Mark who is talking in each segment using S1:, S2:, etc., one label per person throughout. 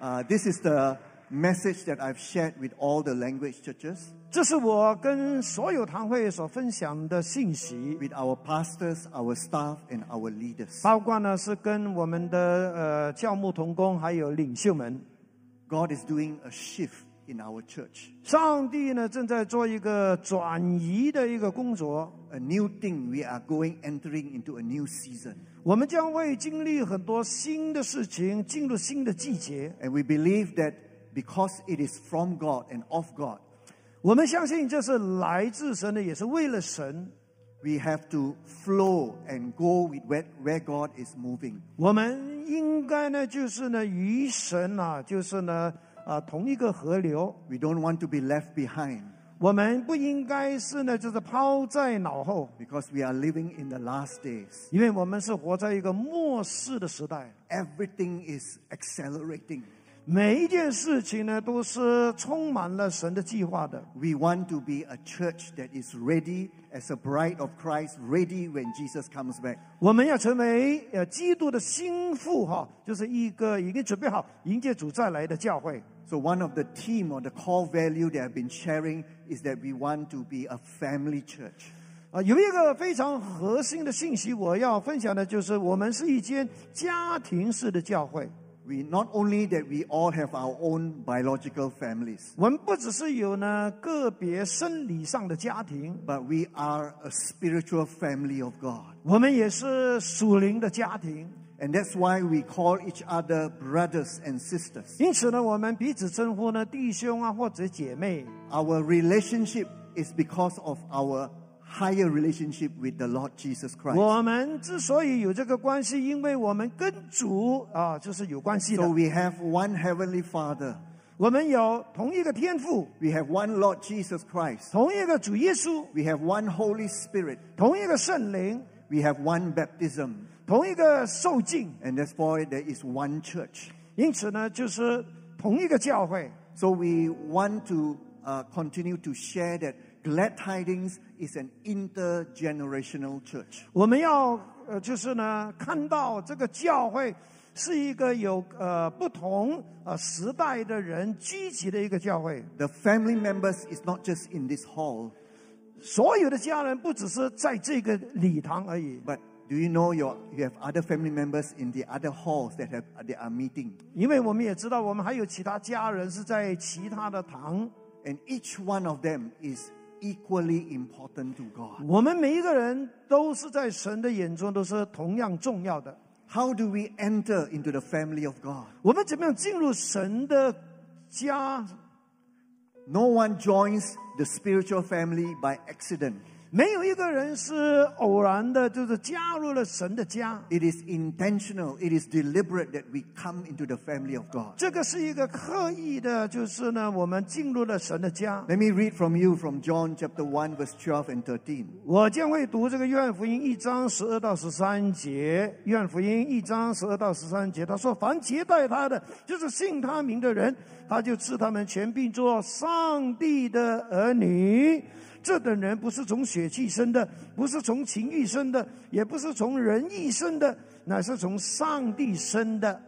S1: Uh, this is the message that I've shared with all the language churches,
S2: 这是我跟所有堂会所分享的信息，
S1: with our pastors, our staff, and our leaders.
S2: 包括呢是跟我们的呃教牧同工还有领袖们。
S1: God is doing a shift in our church.
S2: 上帝呢正在做一个转移的一个工作，
S1: A new thing, we are going entering into a new season.
S2: 我们将会经历很多新的事情，进入新的季节。
S1: And we believe that because it is from God and of God,
S2: 我们相信这是来自神的，也是为了神。
S1: we have to flow and go with where, where God is moving.
S2: 我们应该呢，就是呢，与神啊，就是呢，啊，同一个河流。
S1: We don't want to be left behind
S2: 我们不应该是呢，就是抛在脑后，
S1: because we are living in the last days.
S2: 因为我们是活在一个末世的时代，
S1: Everything is accelerating.
S2: 每一件事情呢，都是充满了神的计划的。
S1: We want to be a church that is ready as a bride of Christ, ready when Jesus comes back.
S2: 我们要成为呃基督的心腹哈，就是一个已经准备好迎接主再来的教会。
S1: So, one of the theme or the core value that I've been sharing is that we want to be a family church.
S2: 啊、有一个非常核心的信息，我要分享的就是，我们是一间家庭式的教会。
S1: We not only that we all have our own biological families,
S2: 我们不只是有呢个别生理上的家庭，
S1: but we are a spiritual family of God.
S2: 我们也是属灵的家庭。
S1: And that's why we call each other brothers and sisters.
S2: 因此呢，我们彼此称呼呢弟兄啊或者姐妹。
S1: Our relationship is because of our higher relationship with the Lord Jesus Christ.
S2: 我们之所以有这个关系，因为我们跟主啊就是有关系
S1: So
S2: 的。
S1: we have one Heavenly Father.
S2: 我们有同一个天赋，
S1: We have one Lord Jesus Christ.
S2: 同一个主耶稣，
S1: We have one Holy Spirit.
S2: 同一个圣灵，
S1: We have one baptism.
S2: 同一个受浸。
S1: And therefore, there is one church.
S2: 因此呢，就是同一个教会。
S1: So we want to uh, continue to share that Glad Tidings is an intergenerational church.
S2: 我们要呃，就是呢，看到这个教会是一个有呃不同呃时代的人聚集的一个教会。
S1: The family members is not just in this hall,
S2: 所有的家人不只是在这个礼堂而已，
S1: but do you know your, you have other family members in the other halls that have they are meeting?
S2: 因为我们也知道，我们还有其他家人是在其他的堂。
S1: And each one of them is equally important to God.
S2: 我们每一个人都是在神的眼中都是同样重要的。
S1: How do we enter into the family of God?
S2: 我们怎么样进入神的家？
S1: No one joins the spiritual family by accident.
S2: 没有一个人是偶然的，就是加入了神的家。
S1: It is intentional, it is deliberate that we come into the family of God.
S2: 这个是一个刻意的，就是呢，我们进入了神的家。
S1: Let me read from you from John chapter 1 verse 12 and 13.
S2: 我将会读这个约翰福音一章十二到十三节。约翰福音一章十二到十三节，他说：“凡接待他的，就是信他名的人，他就赐他们权柄做上帝的儿女。这等人不是从血气生的，不是从情欲生的，也不是从人意生的，乃是从上帝生的。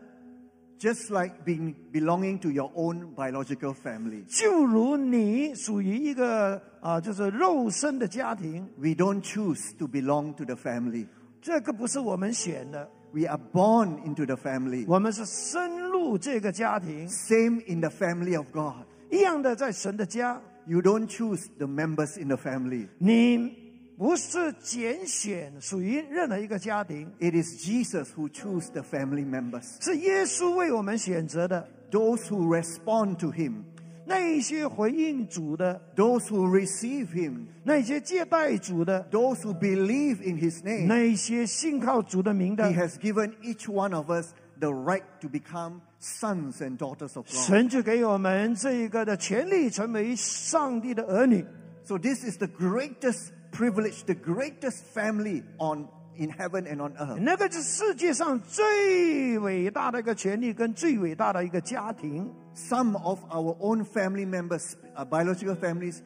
S1: Just like being belonging to your own biological family,
S2: 就如你属于一个啊、就是肉身的家庭。”
S1: we don't choose to belong to the family.
S2: 这个不是我们选的，
S1: We are born into the family.
S2: 我们是深入这个家庭，
S1: Same in the family of God.
S2: 一样的在神的家，
S1: You don't choose the members in the family.
S2: 你不是拣选属于任何一个家庭，
S1: It is Jesus who chooses the family members.
S2: 是耶稣为我们选择的。
S1: Those who respond to him,
S2: 那一些回应主的，
S1: those who receive him,
S2: 那一些接待主的，
S1: those who believe in his name.
S2: 那一些信靠主的名的
S1: He，has given each one of us the right to become sons and daughters of God.
S2: 神就给我们这一个的权利，成为上帝的儿女。
S1: So this is the greatest privilege, the greatest family on in heaven and on earth.
S2: 那个是世界上最伟大的一个权利，跟最伟大的一个家庭。
S1: Some of our own family members, uh, biological families,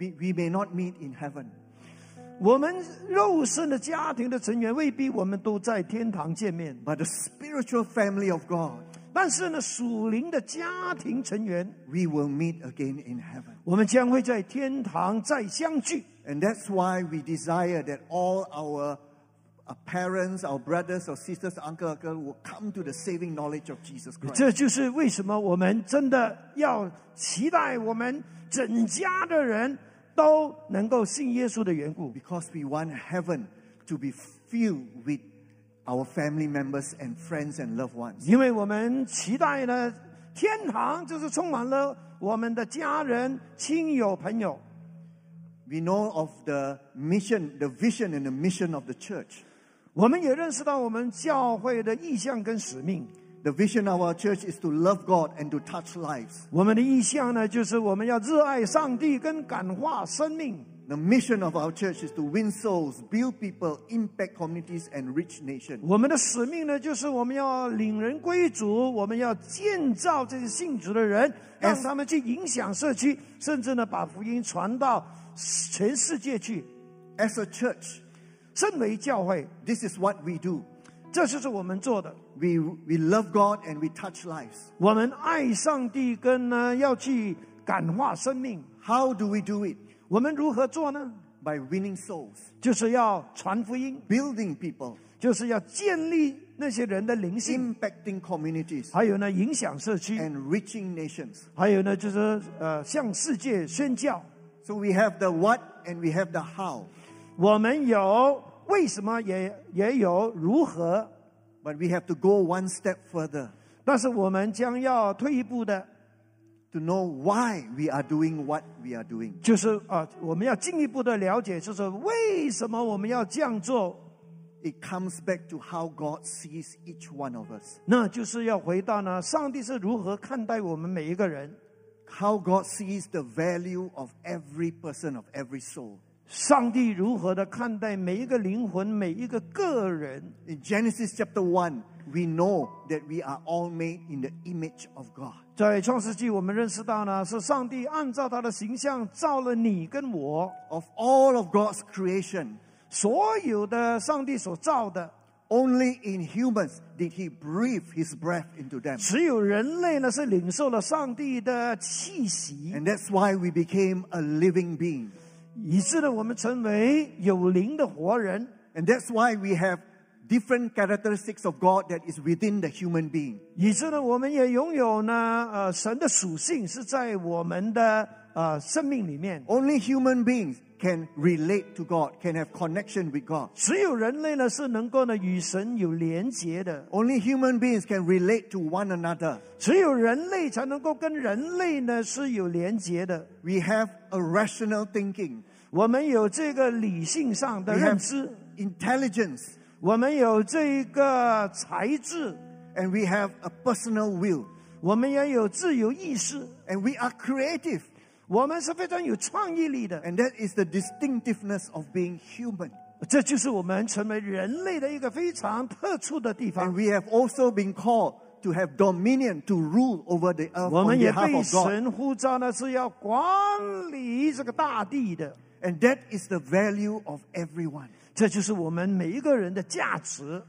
S1: we, we may not meet in heaven.
S2: 我们肉身的家庭的成员未必我们都在天堂见面，
S1: But the spiritual family of God,
S2: 但但是呢，属灵的家庭成员，
S1: we will meet again in heaven.
S2: 我们将会在天堂再相聚。
S1: And that's why we desire that all our uh, parents, our brothers, our sisters, uncle, uncle will come to the saving knowledge of Jesus Christ.
S2: 这就是为什么我们真的要期待我们整家的人都能够信耶稣的缘故，
S1: Because we want heaven to be filled with our family members and friends and loved ones.
S2: 因为我们期待呢，天堂就是充满了我们的家人、亲友、朋友。
S1: We know of the mission, the vision and the mission of the church.
S2: 我们也认识到我们教会的意向跟使命。
S1: The vision of our church is to love God and to touch lives.
S2: 我们的意向呢，就是我们要热爱上帝跟感化生命。
S1: The mission of our church is to win souls, build people, impact communities, and reach nations.
S2: 我们的使命呢，就是我们要领人归主，我们要建造这些信主的人，让他们去影响社区，甚至呢把福音传到全世界去。
S1: As a church,
S2: 身为教会，
S1: this is what we do.
S2: 这就是我们做的。
S1: We, we love God and we touch lives.
S2: 我们爱上帝，跟呢要去感化生命。
S1: How do we do it?
S2: 我们如何做呢？
S1: By winning souls,
S2: 就是要传福音，
S1: building people,
S2: 就是要建立那些人的灵性，
S1: impacting communities,
S2: 还有呢影响社区，
S1: and reaching nations.
S2: 还有呢就是呃向世界宣教。
S1: So we have the what and we have the how.
S2: 我们有为什么也也有如何，
S1: But we have to go one step further
S2: 但是我们将要退一步的，
S1: to know why we are doing what we are doing.
S2: 就是啊、我们要进一步的了解，就是为什么我们要这样做，
S1: It comes back to how God sees each one of us.
S2: 那就是要回到呢，上帝是如何看待我们每一个人，
S1: How God sees the value of every person, of every soul.
S2: 上帝如何的看待每一个灵魂，每一个个人。
S1: In Genesis chapter 1, we know that we are all made in the image of God.
S2: 在创世纪，我们认识到呢，是上帝按照他的形象造了你跟我，
S1: Of all of God's creation,
S2: 所有的上帝所造的，
S1: only in humans did he breathe his breath into them.
S2: 只有人类呢是领受了上帝的气息，
S1: And that's why we became a living being.
S2: 以致呢我们成为有灵的活人。
S1: And that's why we have different characteristics of God that is within the human being.
S2: 以致呢，我们也拥有呢，呃，神的属性是在我们的呃生命里面。
S1: Only human beings can relate to God, can have connection with God.
S2: 只有人类呢是能够呢与神有连结的，
S1: Only human beings can relate to one another.
S2: 只有人类才能够跟人类呢是有连结的。
S1: We have a rational thinking.
S2: 我们有这个理性上的
S1: We
S2: 认
S1: have
S2: 知，
S1: intelligence
S2: 我们有这个才智，
S1: and we have a personal will
S2: 我们也有自由意识，
S1: and we are creative.
S2: 我们是非常有创意力的。
S1: And that is the distinctiveness of being human.
S2: 这就是我们成为人类的一个非常特殊的地
S1: And
S2: 方。
S1: we have also been called to have dominion, to rule over the earth
S2: 我
S1: on
S2: 们也
S1: behalf
S2: 被
S1: of God.
S2: 神呼召呢，是要管理这个大地的。
S1: And that is the value of everyone.
S2: 这就是我们每一个人的价值。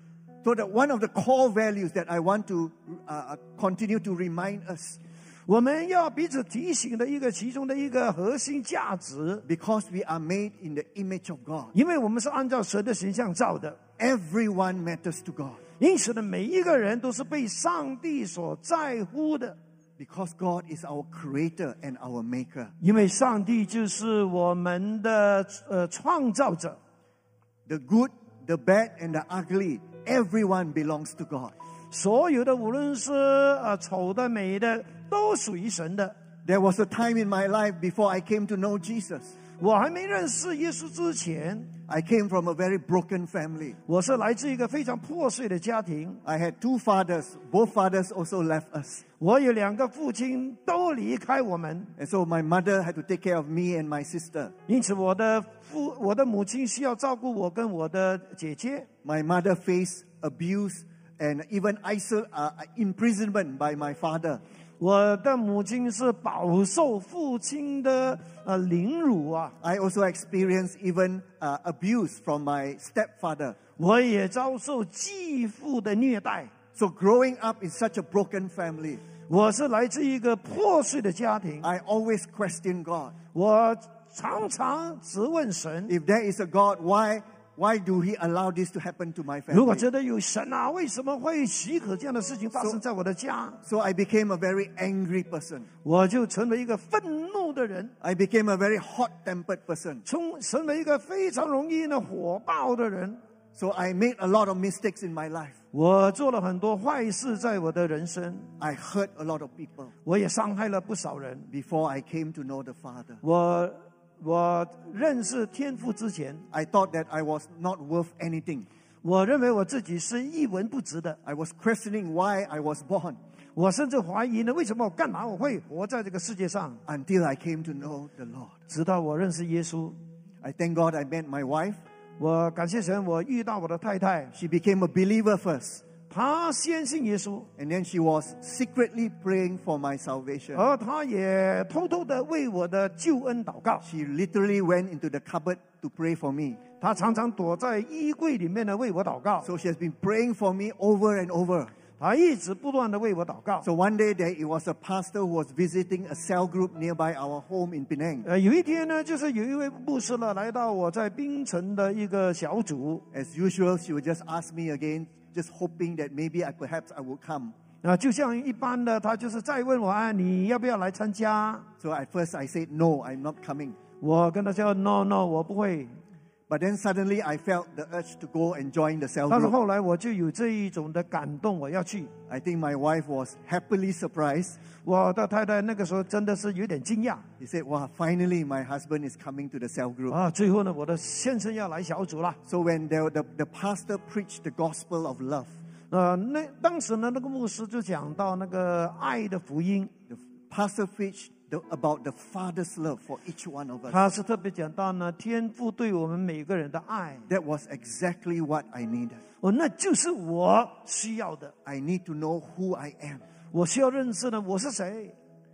S1: So that one of the core values that I want to uh, continue to remind us,
S2: 我们要彼此提醒的一个其中的一个核心价值，
S1: because we are made in the image of God,
S2: 因为我们是按照神的形象造的，
S1: everyone matters to God.
S2: 因此呢，每一个人都是被上帝所在乎的，
S1: Because God is our creator and our maker.
S2: 因为上帝就是我们的呃创造者。
S1: The good, the bad, and the ugly, everyone belongs to God.
S2: 所有的无论是呃丑的美的，都属于神的。
S1: There was a time in my life before I came to know Jesus.
S2: 我还没认识耶稣之前，
S1: I came from a very broken family.
S2: 我是来自一个非常破碎的家庭。
S1: I had two fathers. Both fathers also left us.
S2: 我有两个父亲都离开我们，
S1: And so my mother had to take care of me and my sister.
S2: 因此我的父我的母亲需要照顾我跟我的姐姐。
S1: My mother faced abuse and even isol- uh, imprisonment by my father.
S2: 我的母亲是饱受父亲的呃凌辱啊，
S1: I also experienced even uh, abuse from my stepfather.
S2: 我也遭受继父的虐待。
S1: So growing up in such a broken family,
S2: 我是来自一个破碎的家庭，
S1: I always question God.
S2: 我常常质问神：
S1: If there is a God, why why do he allow this to happen to my
S2: 如果
S1: family?
S2: 真的有神啊，为什么会许可这样的事情发生在我的家？
S1: So I became a very angry person.
S2: 我就成为一个愤怒的人，
S1: I became a very hot-tempered person.
S2: 从成为一个非常容易呢火爆的人。
S1: So I made a lot of mistakes in my life.
S2: 我做了很多坏事，在我的人生，
S1: I hurt a lot of people
S2: 我也伤害了不少人。
S1: before I came to know the Father.
S2: 我我认识天赋之前，
S1: I thought that I was not worth anything.
S2: 我认为我自己是一文不值的。
S1: I was questioning why I was born
S2: 我甚至怀疑呢，为什么我干嘛我会活在这个世界上？
S1: until I came to know the Lord.
S2: 直到我认识耶稣，
S1: I thank God I met my wife.
S2: 我感谢神，我遇到我的太太，
S1: She became a believer first,
S2: 她先信耶稣，
S1: and then she was secretly praying for my salvation.
S2: 而她也偷偷的为我的救恩祷告。
S1: She literally went into the cupboard to pray for me.
S2: 她常常躲在衣柜里面呢为我祷告，
S1: So she has been praying for me over and over.
S2: 她一直不断的为我祷告。
S1: So one day there it was a pastor who was visiting a cell group nearby our home in Penang.
S2: 呃，有一天呢，就是有一位牧师呢来到我在槟城的一个小组，
S1: As usual, she would just ask me again, just hoping that maybe I perhaps I would come.
S2: 啊，就像一般的，他就是再问我啊，你要不要来参加？
S1: So at first I said, no, I'm not coming.
S2: 我跟他说 no no，我不会。
S1: But then suddenly I felt the urge to go and join the cell
S2: 但是
S1: group.
S2: 后来我就有这一种的感动，我要去。
S1: I think my wife was happily surprised.
S2: 我的太太那个时候真的是有点惊讶
S1: He said, wow, finally my husband is coming to the cell group.
S2: 啊！最后呢，我的先生要来小组了。
S1: So when the, the, the pastor preached the gospel of love,
S2: 呃，那当时呢，那个牧师就讲到那个爱的福音，
S1: the pastor preached the, about the father's love for each one of us.
S2: 他是特别讲到呢，天父对我们每个人的爱，
S1: That was exactly what I needed.
S2: 哦，那就是我需要的。
S1: I need to know who I am.
S2: 我需要认识呢，我是谁？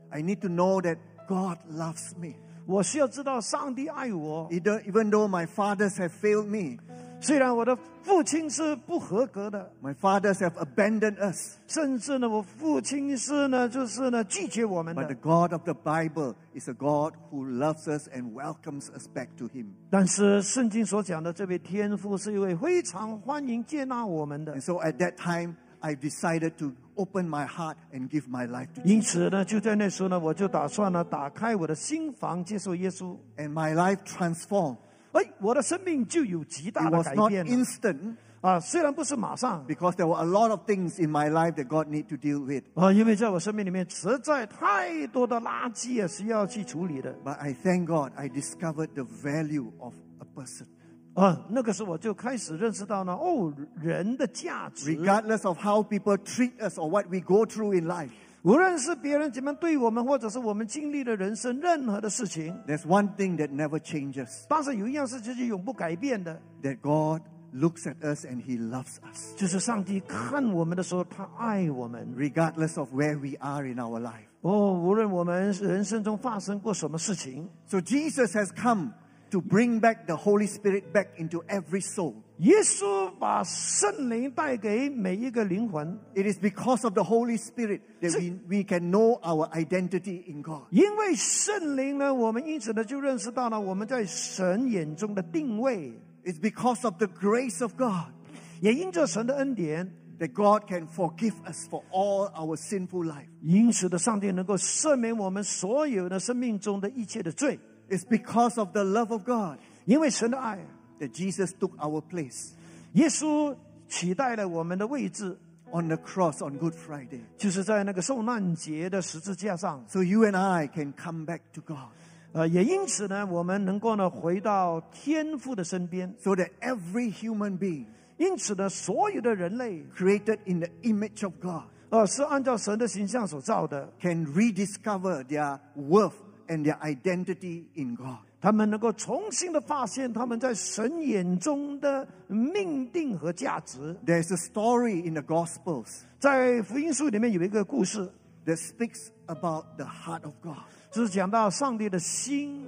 S1: I need to know that God loves me.
S2: 我需要知道上帝爱我。
S1: Either, even though my fathers have failed me,
S2: 虽然我的父亲是不合格的，
S1: my fathers have abandoned us,
S2: 甚至呢，我父亲是呢，就是呢拒绝我们
S1: but the
S2: 的。
S1: God of the Bible is a God who loves us and welcomes us back to Him.
S2: 但是圣经所讲的这位天父是一位非常欢迎接纳我们的
S1: And，so at that time, I decided to open my heart and give my life to
S2: 因
S1: Jesus.
S2: 此呢，就在那时候呢，我就打算呢打开我的心房接受耶稣。
S1: And my life transformed.
S2: 哎，我的生命就有极大
S1: It
S2: 的
S1: was
S2: 改
S1: not
S2: 变了
S1: instant
S2: 啊！虽然不是马上
S1: because there were a lot of things in my life that God need to deal with.
S2: 啊，因为在我生命里面实在太多的垃圾啊需要去处理的
S1: But I thank God I discovered the value of a person.
S2: 啊。那个时候我就开始认识到呢，哦，人的价值
S1: Regardless of how people treat us or what we go through in life,
S2: 无论是别人怎么对我们，或者是我们经历的人生任何的事情，
S1: there's one thing that never changes
S2: 但是有一样事情是永不改变的，
S1: that God looks at us and He loves us,
S2: 就是上帝看我们的时候，他爱我们。
S1: regardless of where we are in our life.
S2: 哦，无论我们人生中发生过什么事情，
S1: So Jesus has come to bring back the Holy Spirit back into every soul.
S2: 耶稣把圣灵带给每一个灵魂，
S1: It is because of the Holy Spirit that we, we can know our identity in God.
S2: 因为圣灵呢，我们因此呢就认识到了我们在神眼中的定位，
S1: It's because of the grace of God
S2: 也因着神的恩典，
S1: that God can forgive us for all our sinful life.
S2: 因此的上帝能够赦免我们所有的生命中的一切的罪，
S1: It's because of the love of God
S2: 因为神的爱。
S1: that Jesus took our place
S2: 耶稣取代了我们的位置，
S1: on the cross on Good Friday.
S2: 就是在那个受难节的十字架上。
S1: So you and I can come back to God.
S2: 呃，也因此呢，我们能够呢回到天父的身边。
S1: So that every human being
S2: 因此呢，所有的人类，
S1: created in the image of God
S2: 呃，是按照神的形象所造的，
S1: can rediscover their worth and their identity in God.
S2: 他们能够重新的发现他们在神眼中的命定和价值。
S1: There's a story in the Gospels
S2: 在福音书里面有一个故事，
S1: that speaks about the heart of God.
S2: 就是讲到上帝的心。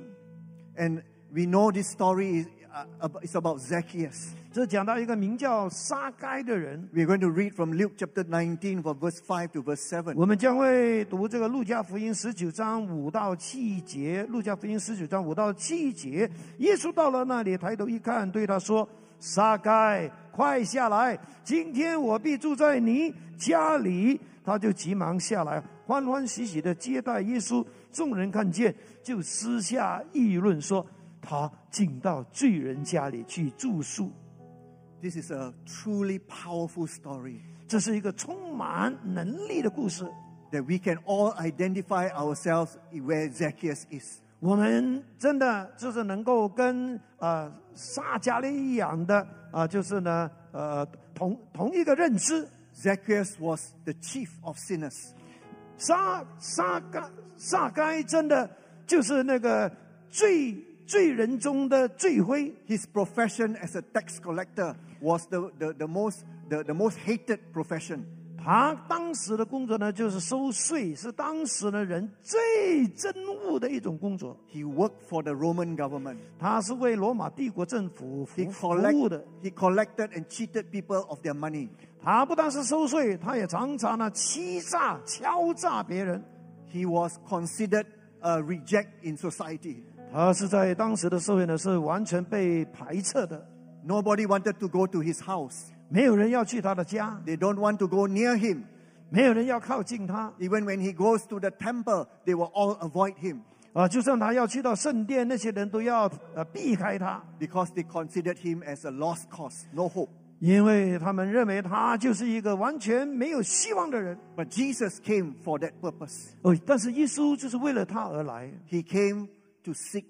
S1: And we know this story. uh, ab- it's about Zacchaeus.
S2: 这讲到一个名叫撒该的人。
S1: We're going to read from Luke chapter 19, from verse 5 to verse 7.
S2: 我们将会读这个《路加福音》十九章五到七节，《路加福音》十九章五到七节。耶稣到了那里，抬头一看，对他说：“撒该，快下来！今天我必住在你家里。”他就急忙下来，欢欢喜喜的接待耶稣。众人看见，就私下议论说：“他进到罪人家里去住宿。
S1: This is a truly powerful story ”
S2: 这是一个充满能力的故事。
S1: that we can all identify ourselves where Zacchaeus is.
S2: 我们真的就是能够跟呃撒加利亚的啊、就是呢呃同同一个认知。
S1: Zacchaeus was the chief of sinners.
S2: 撒撒该撒该真的就是那个罪罪人中的罪魁，
S1: His profession as a tax collector was the, the, the, most, the, the most hated profession.
S2: 他当时的工作呢就是收税，是当时的人最憎恶的一种工作。
S1: He worked for the Roman government.
S2: 他是为罗马帝国政府
S1: He,
S2: 服服
S1: collect,
S2: 务的，
S1: he collected and cheated people of their money.
S2: 他不但是收税，他也常常呢欺诈、敲诈别人。
S1: He was considered a reject in society.
S2: 他是在当时的社会呢是完全被排斥的，
S1: Nobody wanted to go to his house.
S2: 没有人要去他的家，
S1: They don't want to go near him.
S2: 没有人要靠近他
S1: Even when he goes to the temple, they will all avoid him
S2: 啊！就算他要去到圣殿，那些人都要呃避开他，
S1: because they considered him as a lost cause, no hope.
S2: 因为他们认为他就是一个完全没有希望的人。
S1: But Jesus came for that purpose.
S2: 哦，但是耶稣就是为了他而来，
S1: He came to seek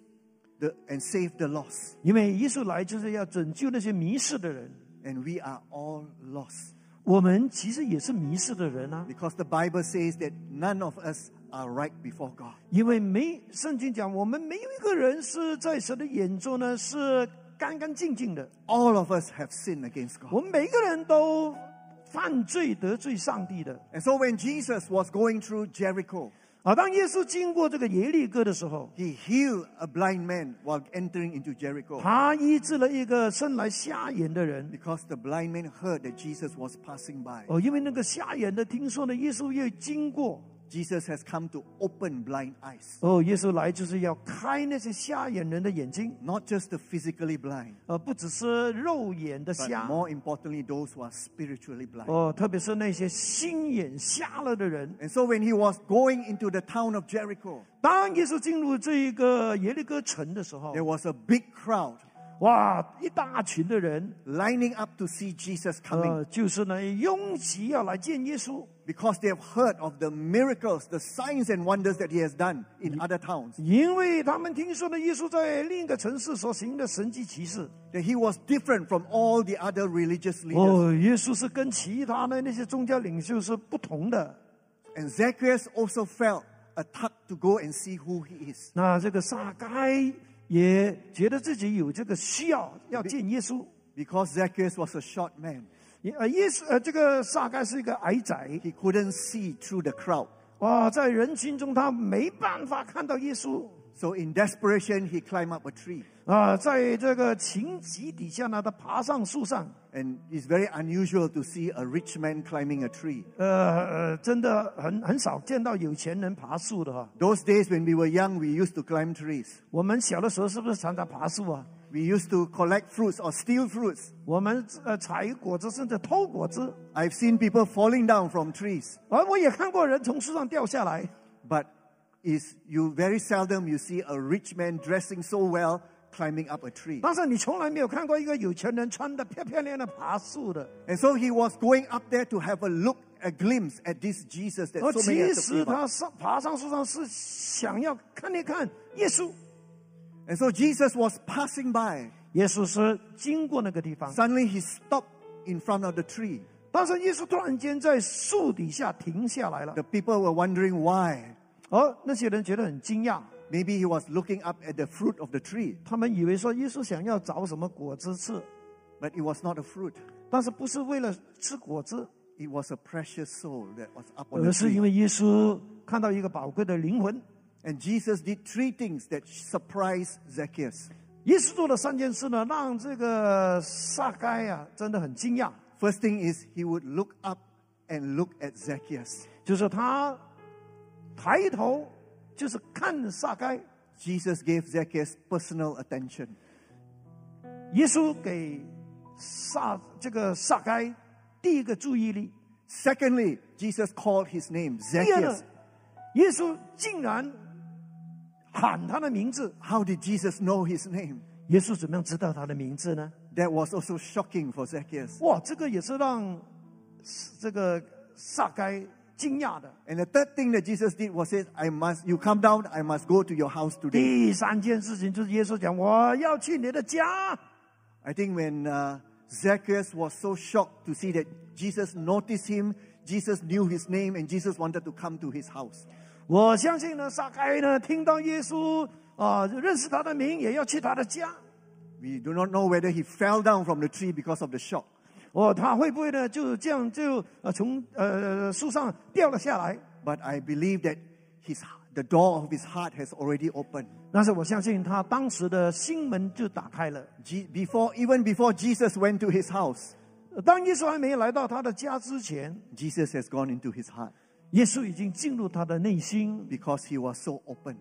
S1: the, and save the lost.
S2: 因为耶稣来就是要拯救那些迷失的人。
S1: And we are all lost
S2: 我们其实也是迷失的人啊，
S1: because the Bible says that none of us are right before God.
S2: 因为没圣经讲，我们没有一个人是在神的眼中呢是干干净净的。
S1: All of us have sinned against God.
S2: 我们每一个人都犯罪得罪上帝的
S1: And so when Jesus was going through Jericho,
S2: 啊。当耶稣经过这个耶利哥的时候，
S1: he healed a blind man while entering into Jericho
S2: 他医治了一个生来瞎眼的人
S1: because the blind man heard that Jesus was passing by.
S2: 哦，因为那个瞎眼的听说呢，耶稣要经过
S1: Jesus has come to open blind eyes,
S2: 哦，耶稣来就是要开那些瞎眼人的眼睛，
S1: not just the physically blind,
S2: 呃，不只是肉眼的
S1: but
S2: 瞎
S1: more importantly, those who are spiritually blind.
S2: 哦，特别是那些心眼瞎了的人。
S1: And so when he was going into the town of Jericho,
S2: 当耶稣进入这一个耶利哥城的时候
S1: there，was a big crowd
S2: 哇，一大群的人，
S1: lining up to see Jesus coming
S2: 呃，就是呢，拥挤要来见耶稣。
S1: because they have heard of the miracles, the signs and wonders that he has done in other towns,
S2: 因为他们听说了耶稣在另一个城市所行的神迹奇事。
S1: that he was different from all the other religious leaders.
S2: 哦，耶稣是跟其他的那些宗教领袖是不同的。
S1: And Zacchaeus also felt a tug to go and see who he is
S2: 那这个撒该也觉得自己有这个需要要见耶稣。
S1: because Zacchaeus was a short man.
S2: 也呃，耶稣呃，这个撒该是一个矮仔，
S1: He couldn't see through the crowd.
S2: 哇，在人群中他没办法看到耶稣
S1: So in desperation, he climbed up a tree.
S2: 啊、在这个情急底下呢，他爬上树上，
S1: And it's very unusual to see a rich man climbing a tree.
S2: 呃呃，真的很很少见到有钱人爬树的哈、
S1: Those days when we were young, we used to climb trees.
S2: 我们小的时候是不是常常爬树啊？
S1: We used to collect fruits or steal fruits.
S2: 我们呃采果子，甚至偷果子。
S1: I've seen people falling down from trees,
S2: 而我也看过人从树上掉下来，
S1: but is you very seldom you see a rich man dressing so well climbing up a tree.
S2: 但是你从来没有看过一个有钱人穿的漂漂亮亮爬树的。
S1: And so he was going up there to have a look, a glimpse at this Jesus that
S2: 而
S1: so many have
S2: 其实
S1: to
S2: 他上爬上树上是想要看一看耶稣，
S1: And so Jesus was passing by.
S2: 耶稣是经过那个地方，
S1: Suddenly he stopped in front of the tree.
S2: 但是耶稣突然间在树底下停下来了，
S1: The people were wondering why.
S2: 而那些人觉得很惊讶，
S1: Maybe he was looking up at the fruit of the tree,
S2: 他们以为说耶稣想要找什么果子吃，
S1: but it was not a fruit.
S2: 但是不是为了吃果子，
S1: It was a precious soul that was up on
S2: 而
S1: the
S2: 是
S1: tree.
S2: 因为耶稣看到一个宝贵的灵魂。
S1: And Jesus did three things that surprised Zacchaeus.
S2: 耶稣做了三件事呢，让这个撒该呀、真的很惊讶，
S1: First thing is he would look up and look at Zacchaeus.
S2: 就是他抬头就是看撒该，
S1: Jesus gave Zacchaeus personal attention.
S2: 耶稣给撒这个撒该第一个注意力，
S1: Secondly, Jesus called his name
S2: 第二呢
S1: Zacchaeus.，
S2: 耶稣竟然喊他的名字，
S1: How did Jesus know his name?
S2: 耶稣怎么样知道他的名字呢？
S1: That was also shocking for Zacchaeus.
S2: 哇，这个也是让这个撒该惊讶的。
S1: And the third thing that Jesus did was said, I must you come down, I must go to your house today.
S2: 第三件事情就是耶稣讲我要去你的家。
S1: I think when uh, Zacchaeus was so shocked to see that Jesus noticed him, Jesus knew his name, and Jesus wanted to come to his house.
S2: 我相信呢，撒该呢听到耶稣啊、认识他的名，也要去他的家。
S1: We do not know whether he fell down from the tree because of the shock.
S2: 哦，他会不会呢就这样就呃从呃树上掉了下来？
S1: But I believe that his, the door of his heart has already opened.
S2: 但是我相信他当时的心门就打开了。
S1: Je- before, even before Jesus went to his house,
S2: 当耶稣还没来到他的家之前，
S1: Jesus has gone into his heart
S2: 耶稣已经进入他的内心，
S1: because he was so open.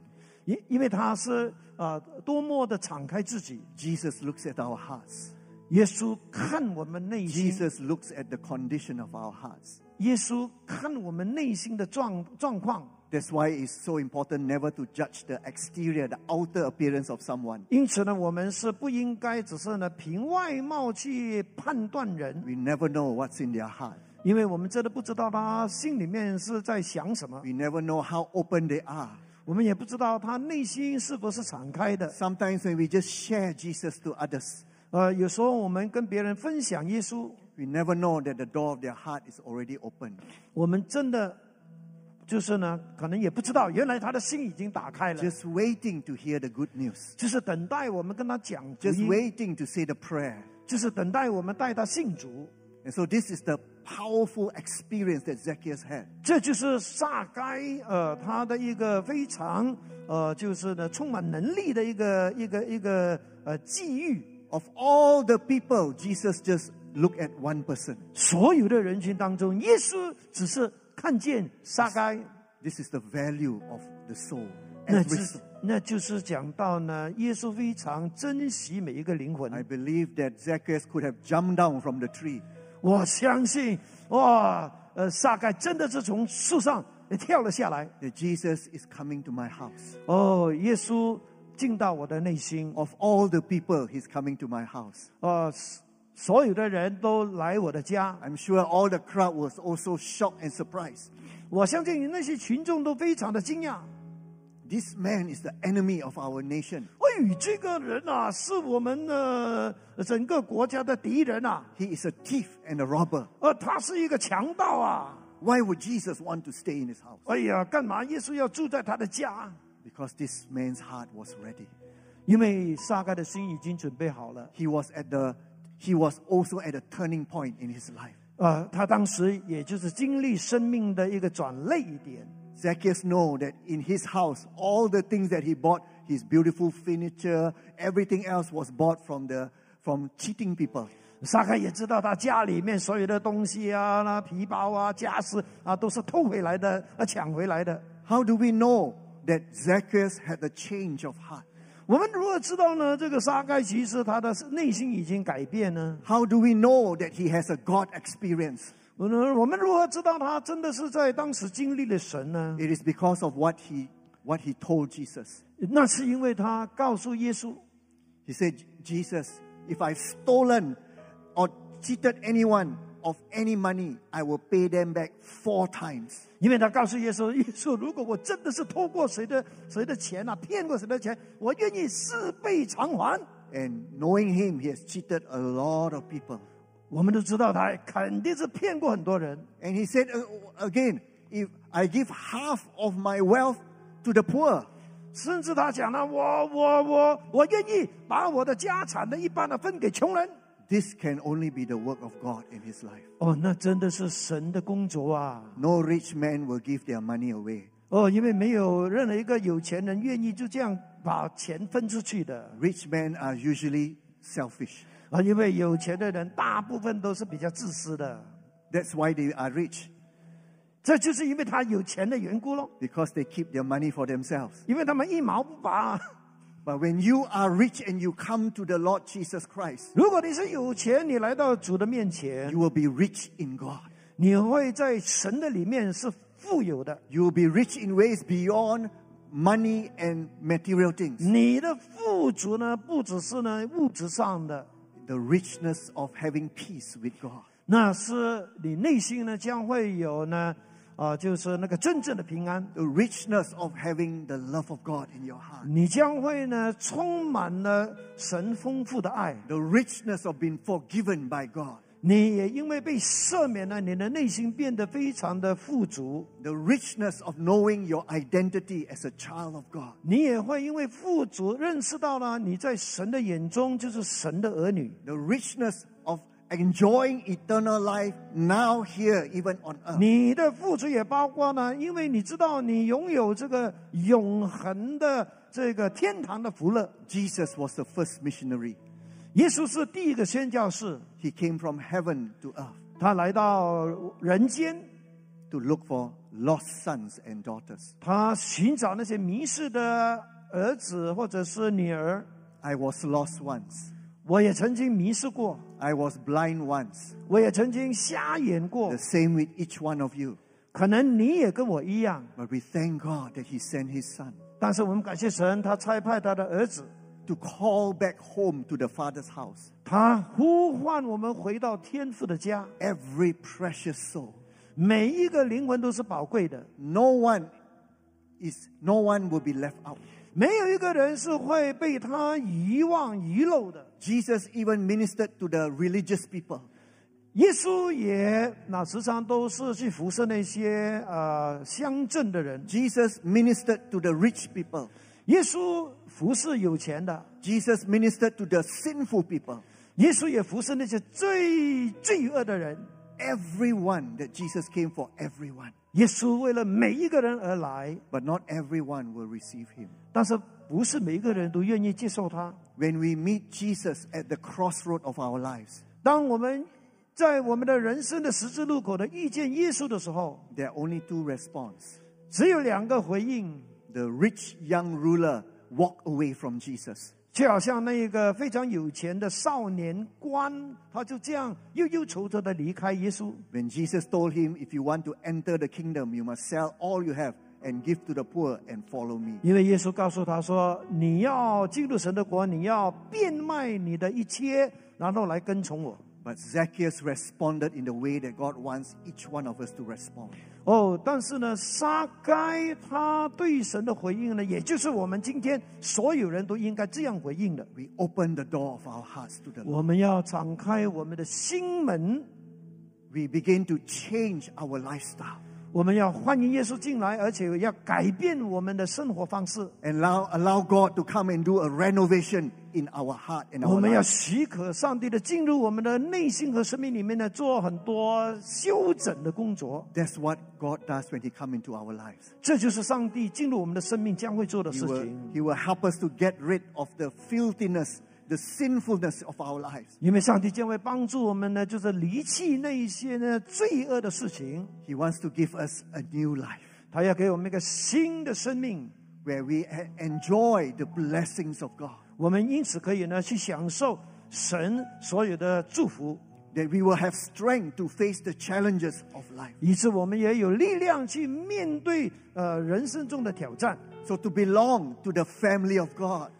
S2: 因因为他是啊、多么的敞开自己。
S1: Jesus looks at our hearts.
S2: 耶稣看我们内心，
S1: Jesus looks at the condition of our hearts.
S2: 耶稣看我们内心的状状况。
S1: That's why it's so important never to judge the exterior, the outer appearance of someone.
S2: 因此呢，我们是不应该只是呢凭外貌去判断人，
S1: We never know what's in their heart.
S2: 因为我们真的不知道他心里面是在想什么，
S1: We never know how open they are.
S2: 我们也不知道他内心是不是敞开的。
S1: Sometimes when we just share Jesus to others,
S2: 呃，有时候我们跟别人分享耶稣，
S1: we never know that the door of their heart is already open.
S2: 我们真的就是呢，可能也不知道原来他的心已经打开了，
S1: Just waiting to hear the good news.
S2: 就是等待我们跟他讲福
S1: Just
S2: 音，
S1: waiting to say the prayer.
S2: 就是等待我们带他信主。
S1: And so this is the powerful experience that Zacchaeus had.
S2: 这就是撒该呃他的一个非常呃就是呢充满能力的一个一个一个呃际遇。
S1: Of all the people, Jesus just looked at one person.
S2: 所有的人群当中，耶稣只是看见撒该，
S1: This is the value of the soul.
S2: 那
S1: At
S2: 就
S1: risk.
S2: 那就是讲到呢，耶稣非常珍惜每一个灵魂
S1: I。believe that Zacchaeus could have jumped down from the tree,
S2: 我相信哇，呃，撒该真的是从树上跳了下来。
S1: that Jesus is coming to my house.
S2: 哦，耶稣进到我的内心，
S1: Of all the people, he's coming to my house.
S2: 呃，所有的人都来我的家。
S1: I'm sure all the crowd was also shocked and surprised.
S2: 我相信那些群众都非常的惊讶。
S1: This man is the enemy of our nation.
S2: 哎，这个人啊，是我们的、呃、整个国家的敌人啊，
S1: He is a thief and a robber.
S2: 呃，他是一个强盗啊。
S1: Why would Jesus want to stay in his house?
S2: 哎呀，干嘛耶稣要住在他的家？
S1: Because this man's heart was ready.
S2: 因为撒该的心已经准备好了。
S1: He was at the he was also at a turning point in his life.
S2: 呃，他当时也就是经历生命的一个转捩点。
S1: Zacchaeus know that in his house, all the things that he bought, his beautiful furniture, everything else was bought from the from cheating people.
S2: 撒该也知道他家里面所有的东西啊，那皮包啊、家私啊，都是偷回来的，啊，抢回来的。
S1: How do we know that Zacchaeus had a change of heart?
S2: 我们如何知道呢？这个沙盖其实他的内心已经改变呢？
S1: How do we know that he has a God experience?
S2: 我们我们如何知道他真的是在当时经历了神呢？
S1: It is because of what he what he told Jesus.
S2: 那是因为他告诉耶稣，
S1: He said, Jesus, if I've stolen or cheated anyone of any money, I will pay them back four times.
S2: 因为他告诉耶稣， 耶稣，如果我真的是偷过谁的谁的钱啊，骗过谁的钱，我愿意四倍偿还。
S1: And knowing him, he has cheated a lot of people.
S2: 我们都知道他肯定是骗过很多人。
S1: And he said uh, again, if I give half of my wealth to the poor,
S2: 甚至他讲了，我我我我愿意把我的家产的一半呢分给穷人。
S1: this can only be the work of God in his life.
S2: 哦，那真的是神的工作啊！
S1: No rich man will give their money away.
S2: 哦，因为没有任何一个有钱人愿意就这样把钱分出去的
S1: Rich men are usually selfish.
S2: 啊，因为有钱的人大部分都是比较自私的，
S1: That's why they are rich,
S2: 这就是因为他有钱的缘故咯，
S1: because they keep their money for themselves.
S2: 因为他们一毛不拔。
S1: But when you are rich and you come to the Lord Jesus Christ,
S2: 如果你是有钱，你来到主的面前，
S1: you will be rich in God.
S2: 你会在神的里面是富有的，
S1: You will be rich in ways beyond money and material things.
S2: 你的富足呢，不只是呢物质上的，
S1: The richness of having peace with God.
S2: 那是你内心呢将会有呢，啊、就是那个真正的平安。
S1: The richness of having the love of God in your heart.
S2: 你将会呢充满了神丰富的爱，
S1: The richness of being forgiven by God.
S2: 你也因为被赦免了，你的内心变得非常的富足，
S1: The richness of knowing your identity as a child of God.
S2: 你也会因为富足认识到了你在神的眼中就是神的儿女，
S1: The richness of enjoying eternal life now, here, even on earth.
S2: 你的富足也包括呢，因为你知道你拥有这个永恒的这个天堂的福乐。
S1: Jesus was the first missionary.
S2: 耶稣是第一个宣教士，
S1: He came from heaven to earth
S2: 他来到人间，
S1: to look for lost sons and daughters.
S2: 他寻找那些迷失的儿子或者是女儿。
S1: I was lost once.
S2: 我也曾经迷失过，
S1: I was blind once.
S2: 我也曾经瞎眼过
S1: The，same with each one of you.
S2: 可能你也跟我一样。
S1: But we thank God that He sent His Son
S2: 但是我们感谢神，他差派他的儿子，
S1: to call back home to the Father's house
S2: 他呼唤我们回到天父的家。
S1: every precious soul.
S2: 每一个灵魂都是宝贵的，
S1: No one is no one will be left out.
S2: 没有一个人是会被他遗忘遗漏的。
S1: Jesus even ministered to the religious people.
S2: 耶稣也那时常都是去服侍那些呃乡镇的人，
S1: Jesus ministered to the rich people.
S2: 耶稣服侍有钱的，
S1: Jesus ministered to the sinful people.
S2: 耶稣也服侍那些最罪恶的人。
S1: Everyone that Jesus came for everyone.
S2: 耶稣为了每一个人而来，
S1: But not everyone will receive him.
S2: 但是不是每一个人都愿意接受他。
S1: When we meet Jesus at the crossroad of our lives,
S2: 当我们在我们的人生的十字路口的遇见耶稣的时候，
S1: there are only two responses.
S2: 只有两个回应，
S1: The rich young ruler walked away from Jesus.
S2: 就好像那个非常有钱的少年官，他就这样忧忧愁愁的离开耶稣。
S1: When Jesus told him, If you want to enter the kingdom, you must sell all you have and give to the poor and follow me.
S2: 因为耶稣告诉他说：“你要进入神的国，你要变卖你的一切，然后来跟从我。
S1: But Zacchaeus responded in the way that God wants each one of us to respond. ”
S2: 哦，但是呢，撒该他对神的回应呢，也就是我们今天所有人都应该这样回应的。
S1: We open the door of our hearts to the Lord.
S2: 我们要敞开我们的心门，
S1: We begin to change our lifestyle.
S2: 我们要欢迎耶稣进来，而且要改变我们的生活方式。
S1: and allow, allow God to come and do a renovation in our heart and
S2: 我
S1: our
S2: 们要
S1: life.
S2: 许可上帝的进入我们的内心和生命里面呢，做很多修整的工作。
S1: That's what God does when He comes into our lives.
S2: 这就是上帝进入我们的生命将会做的
S1: He
S2: 事
S1: will,
S2: 情。
S1: he will help us to get rid of the filthiness, the sinfulness of our lives.
S2: 因为上帝将会帮助我们呢，就是离弃那一些呢罪恶的事情。
S1: He wants to give us a new life
S2: 他要给我们一个新的生命，
S1: where we e- enjoy the blessings of God,
S2: 我们因此可以呢去享受神所有的祝福，
S1: that we will have strength to face the challenges of life.
S2: 以致我们也有力量去面对呃人生中的挑战。
S1: So, to belong to the family of God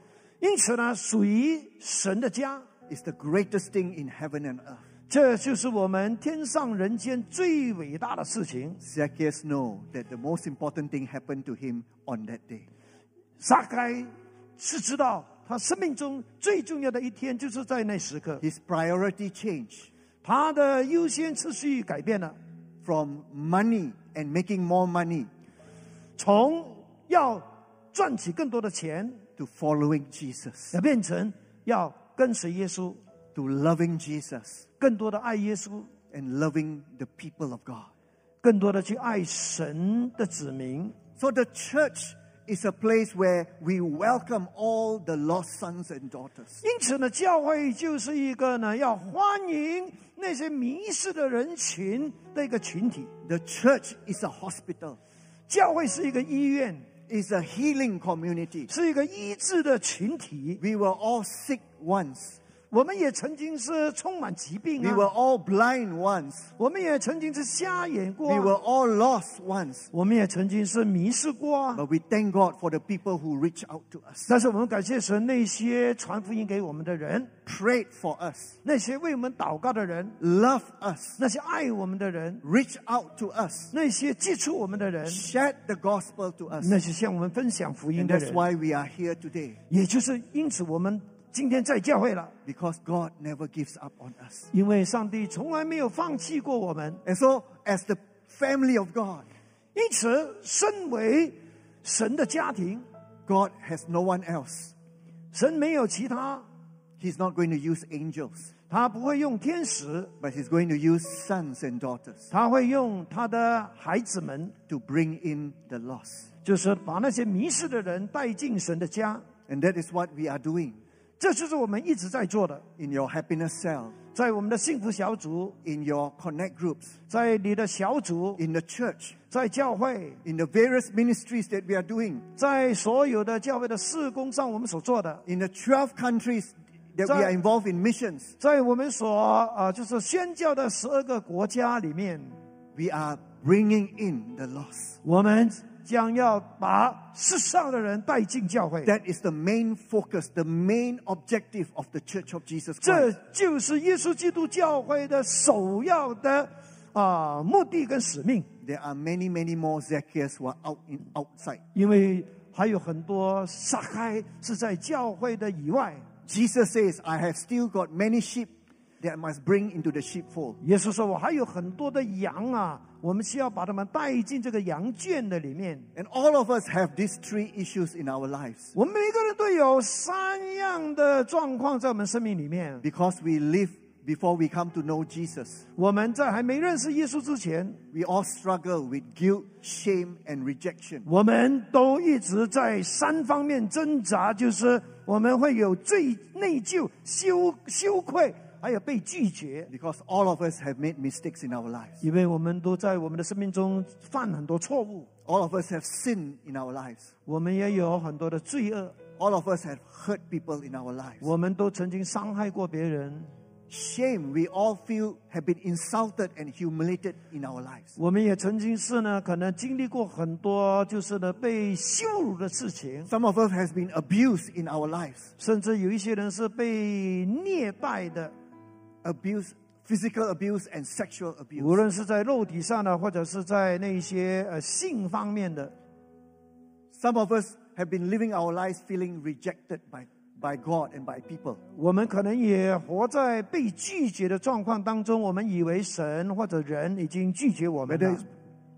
S2: 因此呢，属于神的家，
S1: is the greatest thing in heaven and earth.
S2: 这就是我们天上人间最伟大的事情。
S1: Zacchaeus know that the most important thing happened to him on that day.
S2: 撒该是知道他生命中最重要的一天就是在那时刻，
S1: His priority changed
S2: 他的优先次序改变了，
S1: from money and making more money
S2: 从要赚取更多的钱，
S1: to following Jesus,
S2: 而变成要跟随耶稣，
S1: to loving Jesus
S2: 更多的爱耶稣，
S1: and loving the people of God.
S2: 更多的去爱神的子民。
S1: So the church is a place where we welcome all the lost sons and daughters.
S2: 因此呢，教会就是一个呢要欢迎那些迷失的人群的一个群体。
S1: The church is a hospital,
S2: 教会是一个医院，
S1: is a healing community.
S2: 是一个医治的群体。
S1: We were all sick once.
S2: 我们也曾经是充满疾病
S1: We
S2: 啊
S1: were all blind once.
S2: 我们也曾经是瞎眼过
S1: We
S2: 啊、
S1: were all lost once.
S2: 我们也曾经是迷失过、啊。
S1: But we thank God for the people who reach out to us,
S2: 但是我们感谢神，那些传福音给我们的人，
S1: prayed for us,
S2: 那些为我们祷告的人，
S1: loved us,
S2: 那些爱我们的人，
S1: reached out to us,
S2: 那些接触我们的人，
S1: shared the gospel to us.
S2: 那些向我们分享福音
S1: And
S2: 的
S1: that's
S2: 人，
S1: why we are here today,
S2: 也就是因此我们今天在教会了，
S1: because God never gives up on us.
S2: 因为上帝从来没有放弃过我们。
S1: And so, as the family of God,
S2: 因此，身为神的家庭，
S1: God has no one else.
S2: 神没有其他，
S1: He's not going to use angels,
S2: 他不会用天使，
S1: but He's going to use sons and daughters
S2: 他会用他的孩子们，
S1: to bring in the lost.
S2: 就是把那些迷失的人带进神的家。
S1: And that is what we are doing
S2: 这就是我们一直在做的，
S1: in your happiness cell,
S2: 在我们的幸福小组，
S1: in your connect groups,
S2: 在你的小组，
S1: in the church,
S2: 在教会，
S1: in the various ministries that we are doing,
S2: 在所有的教会的事工上，我们所做的，
S1: in the 12 countries that we
S2: So-
S1: are involved in missions.
S2: 在我们所啊、呃就是宣教的十二个国家里面，
S1: We are bringing in the lost.
S2: 我们将要把世上的人带进教会。
S1: That is the main focus, the main objective of the Church of Jesus
S2: 这
S1: Christ.
S2: 就是耶稣基督教会的首要的啊、目的跟使命，
S1: There are many, many more Zacchaeus who are out in outside.
S2: 因为还有很多撒开是在教会的以外。
S1: Jesus says, I have still got many sheep that I must bring into the sheepfold.
S2: 耶稣说：“我还有很多的羊啊，我们需要把他们带进这个羊圈的里面。
S1: And all of us have these three issues in our lives
S2: 我们每个人都有三样的状况在我们生命里面。
S1: because we live before we come to know Jesus.
S2: 我们在还没认识耶稣之前，
S1: We all struggle with guilt, shame, and rejection.
S2: 我们都一直在三方面挣扎，就是我们会有罪、内疚、羞羞愧，还有被拒绝，
S1: Because all of us have made mistakes in our lives.
S2: 因为我们都在我们的生命中犯很多错误，
S1: All of us have sinned in our lives.
S2: 我们也有很多的罪恶，
S1: All of us have hurt people in our lives.
S2: 我们都曾经伤害过别人，
S1: Shame, we all feel have been insulted and humiliated in our lives.
S2: 我们也曾经是呢，可能经历过很多就是呢被羞辱的事情，
S1: Some of us has been abused in our lives.
S2: 甚至有一些人是被虐待的，
S1: Abuse, physical abuse and sexual
S2: 无
S1: abuse.
S2: 论是在肉体上呢，或者是在那些呃性方面的。
S1: Some of us have been living our lives feeling rejected by, by God and by people.
S2: 我们可能也活在被拒绝的状况当中，我们以为神或者人已经拒绝我们
S1: Whether
S2: 了
S1: it's，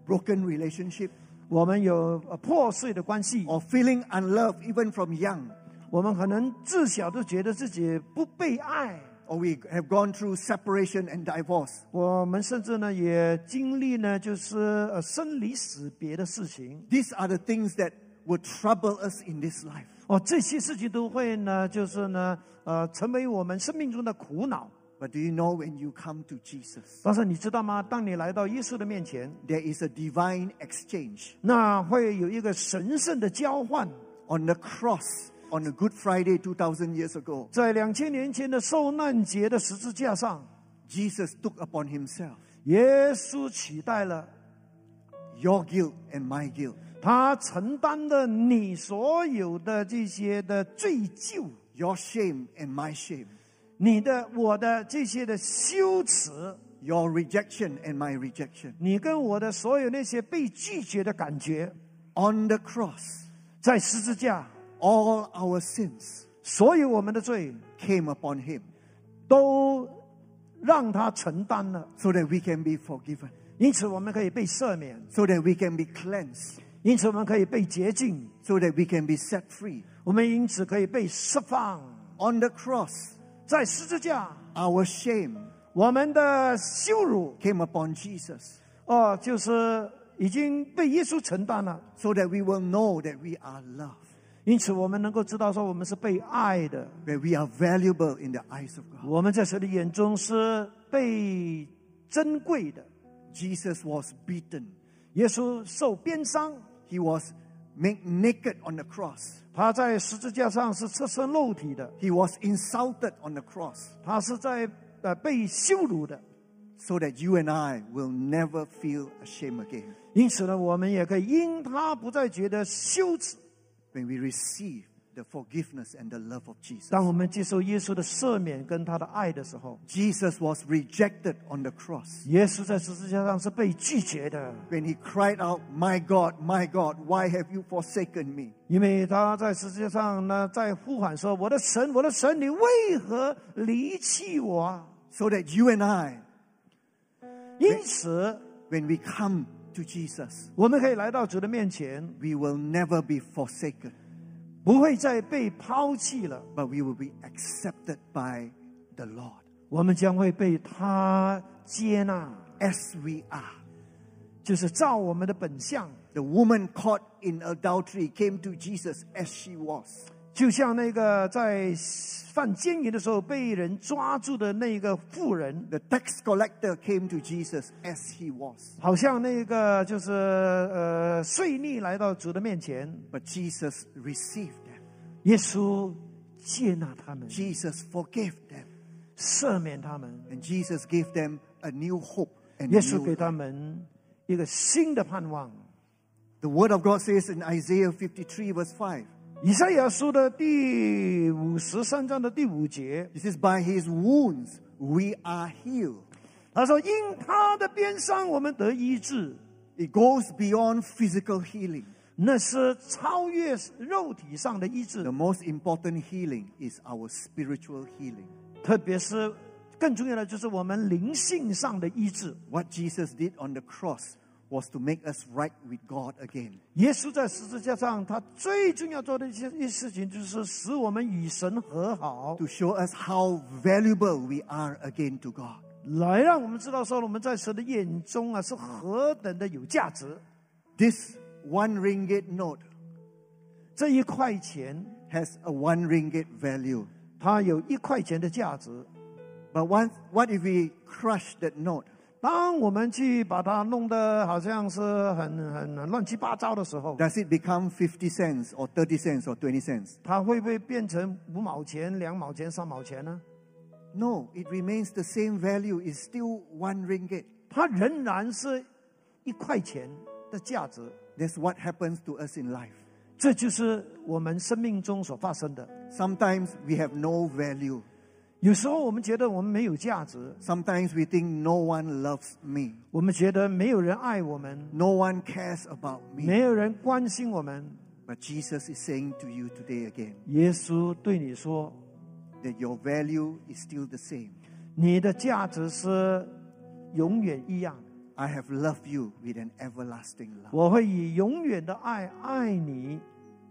S1: broken relationship
S2: 我们有呃破碎的关系，
S1: or feeling unloved even from young,
S2: 我们可能自小就觉得自己不被爱，
S1: or we have gone through separation and divorce.
S2: 我们甚至呢也经历呢就是呃生离死别的事情
S1: These are the things that will trouble us in this life.
S2: 哦，这些事情都会呢就是呢呃成为我们生命中的苦恼。
S1: But do you know when you come to Jesus,
S2: 但是你知道吗？当你来到耶稣的面前，
S1: there is a divine exchange.
S2: 那会有一个神圣的交换。
S1: On the cross, on a Good Friday 2,000 years ago,
S2: 在两千年前的受难节的十字架上，
S1: Jesus took upon himself
S2: 耶稣取代了
S1: your guilt and my guilt,
S2: 他承担了你所有的这些的罪疚，
S1: your shame and my shame,
S2: 你的我的这些的羞耻，
S1: your rejection and my rejection.
S2: 你跟我的所有那些被拒绝的感觉，
S1: On the cross,
S2: 在十字架，
S1: all our sins
S2: 所有我们的罪
S1: came upon him
S2: 都让他承担了，
S1: so that we can be forgiven,
S2: 因此我们可以被赦免，
S1: so that we can be cleansed,
S2: 因此我们可以被洁净，
S1: so that we can be set free.
S2: 我们因此可以被释放，
S1: On the cross,
S2: 在十字架。
S1: our shame
S2: 我们的羞辱，
S1: came upon Jesus.
S2: 哦，就是已经被耶稣承担了。
S1: so that we will know that we are loved,
S2: 因此，我们能够知道说我们是被爱的，
S1: that we are valuable in the eyes of God.
S2: 我们在神的眼中是被珍贵的。
S1: Jesus was beaten,
S2: 耶稣受鞭伤，
S1: he was made naked on the cross,
S2: 他在十字架上是赤身露体的，
S1: he was insulted on the cross,
S2: 他是在呃被羞辱的。
S1: so that you and I will never feel ashamed again.
S2: 因此呢，我们也可以因他不再觉得羞耻。
S1: When we receive the forgiveness and the love of Jesus,
S2: 当我们接受耶稣的赦免跟他的爱的时候，
S1: Jesus was rejected on the cross.
S2: 耶稣在十字架上是被拒绝的，
S1: when he cried out, My God, my God, why have you forsaken me?
S2: 因为他在十字架上呢，在呼喊说：“我的神，我的神，你为何离弃我啊
S1: So that you and I,？”
S2: 因此，
S1: when we come to Jesus,
S2: 我们可以来到主的面前，
S1: we will never be forsaken,
S2: 不会再被抛弃了，
S1: but we will be accepted by the Lord
S2: 我们将会被他接纳，
S1: as we are.
S2: 就是照我们的本相，
S1: The woman caught in adultery came to Jesus as she was.
S2: 就像那个在犯奸淫的时候被人抓住的那个妇人，
S1: The tax collector came to Jesus as he was.
S2: 好像那个就是呃税吏来到主的面前，
S1: But Jesus received them,
S2: 耶稣接纳他们，
S1: Jesus forgave them,
S2: 赦免他们，
S1: and Jesus gave them a new hope and
S2: 耶
S1: a
S2: 稣
S1: new
S2: 给他们一个新的盼望。
S1: The word of God says in Isaiah 53, verse 5,
S2: 以赛亚书的第五十三章的第五节，
S1: it says, By his wounds we are healed.
S2: 他说：“因他的鞭伤，我们得医治。
S1: It goes beyond physical healing. ”
S2: 那是超越肉体上的医治
S1: The，most important healing is our spiritual healing.
S2: 特别是更重要的就是我们灵性上的医治。
S1: What Jesus did on the cross was to make us right with God again.
S2: 耶稣在十字架上，他最重要做的一些一些事情，就是使我们与神和好，
S1: To show us how valuable we are again to God.
S2: 来让我们知道说我们在神的眼中啊是何等的有价值。
S1: This one ringgit note
S2: 这一块钱，
S1: has a one ringgit value.
S2: 它有一块钱的价值。
S1: But once, what if we crush that note?
S2: 当我们去把它弄得好像是很很很乱七八糟的时候，
S1: Does it become 50 cents or 30 cents or 20 cents?
S2: 它会不会变成五毛钱、两毛钱、三毛钱呢？
S1: No, it remains the same value. It's still one ringgit.
S2: 它仍然是一块钱的价值。
S1: That's what happens to us in life.
S2: 这就是我们生命中所发生的。
S1: Sometimes we have no value.
S2: 有时候我们觉得我们没有价值，
S1: Sometimes we think no one loves me.
S2: 我们觉得没有人爱我们，
S1: No one cares about
S2: 没
S1: me.
S2: 有人关心我们。
S1: But Jesus is saying to you today again
S2: 耶稣对你说
S1: that your value is still the same.：“
S2: 你的价值是永远一样，
S1: I have loved you with an everlasting love.
S2: 我会以永远的爱爱你。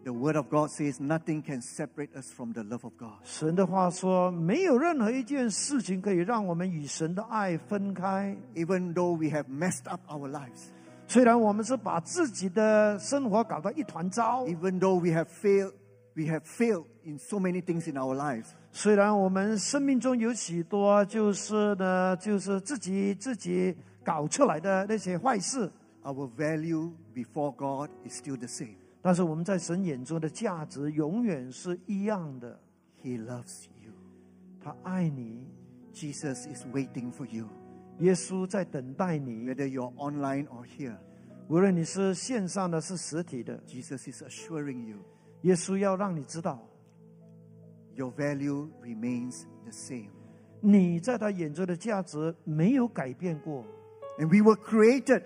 S1: The Word of God says nothing can separate us from the love of God. ”
S2: 神的话说：“没有任何一件事情可以让我们与神的爱分开。
S1: Even though we have messed up our lives,
S2: 虽然我们是把自己的生活搞得一团糟，
S1: even though we have failed, we have failed in so many things in our lives.
S2: 虽然我们生命中有许多就是呢，就是自己自己搞出来的那些坏事，
S1: Our value before God is still the same.
S2: 但是我们在神眼中的价值永远是一样的。
S1: He loves you.
S2: 他爱你，
S1: Jesus is waiting for you,
S2: 耶稣在等待你。
S1: whether you're online or here.
S2: 无论你是线上的，是实体的，
S1: Jesus is assuring you
S2: 耶稣要让你知道，
S1: your value remains the same.
S2: 你在他眼中的价值没有改变过。
S1: And we were created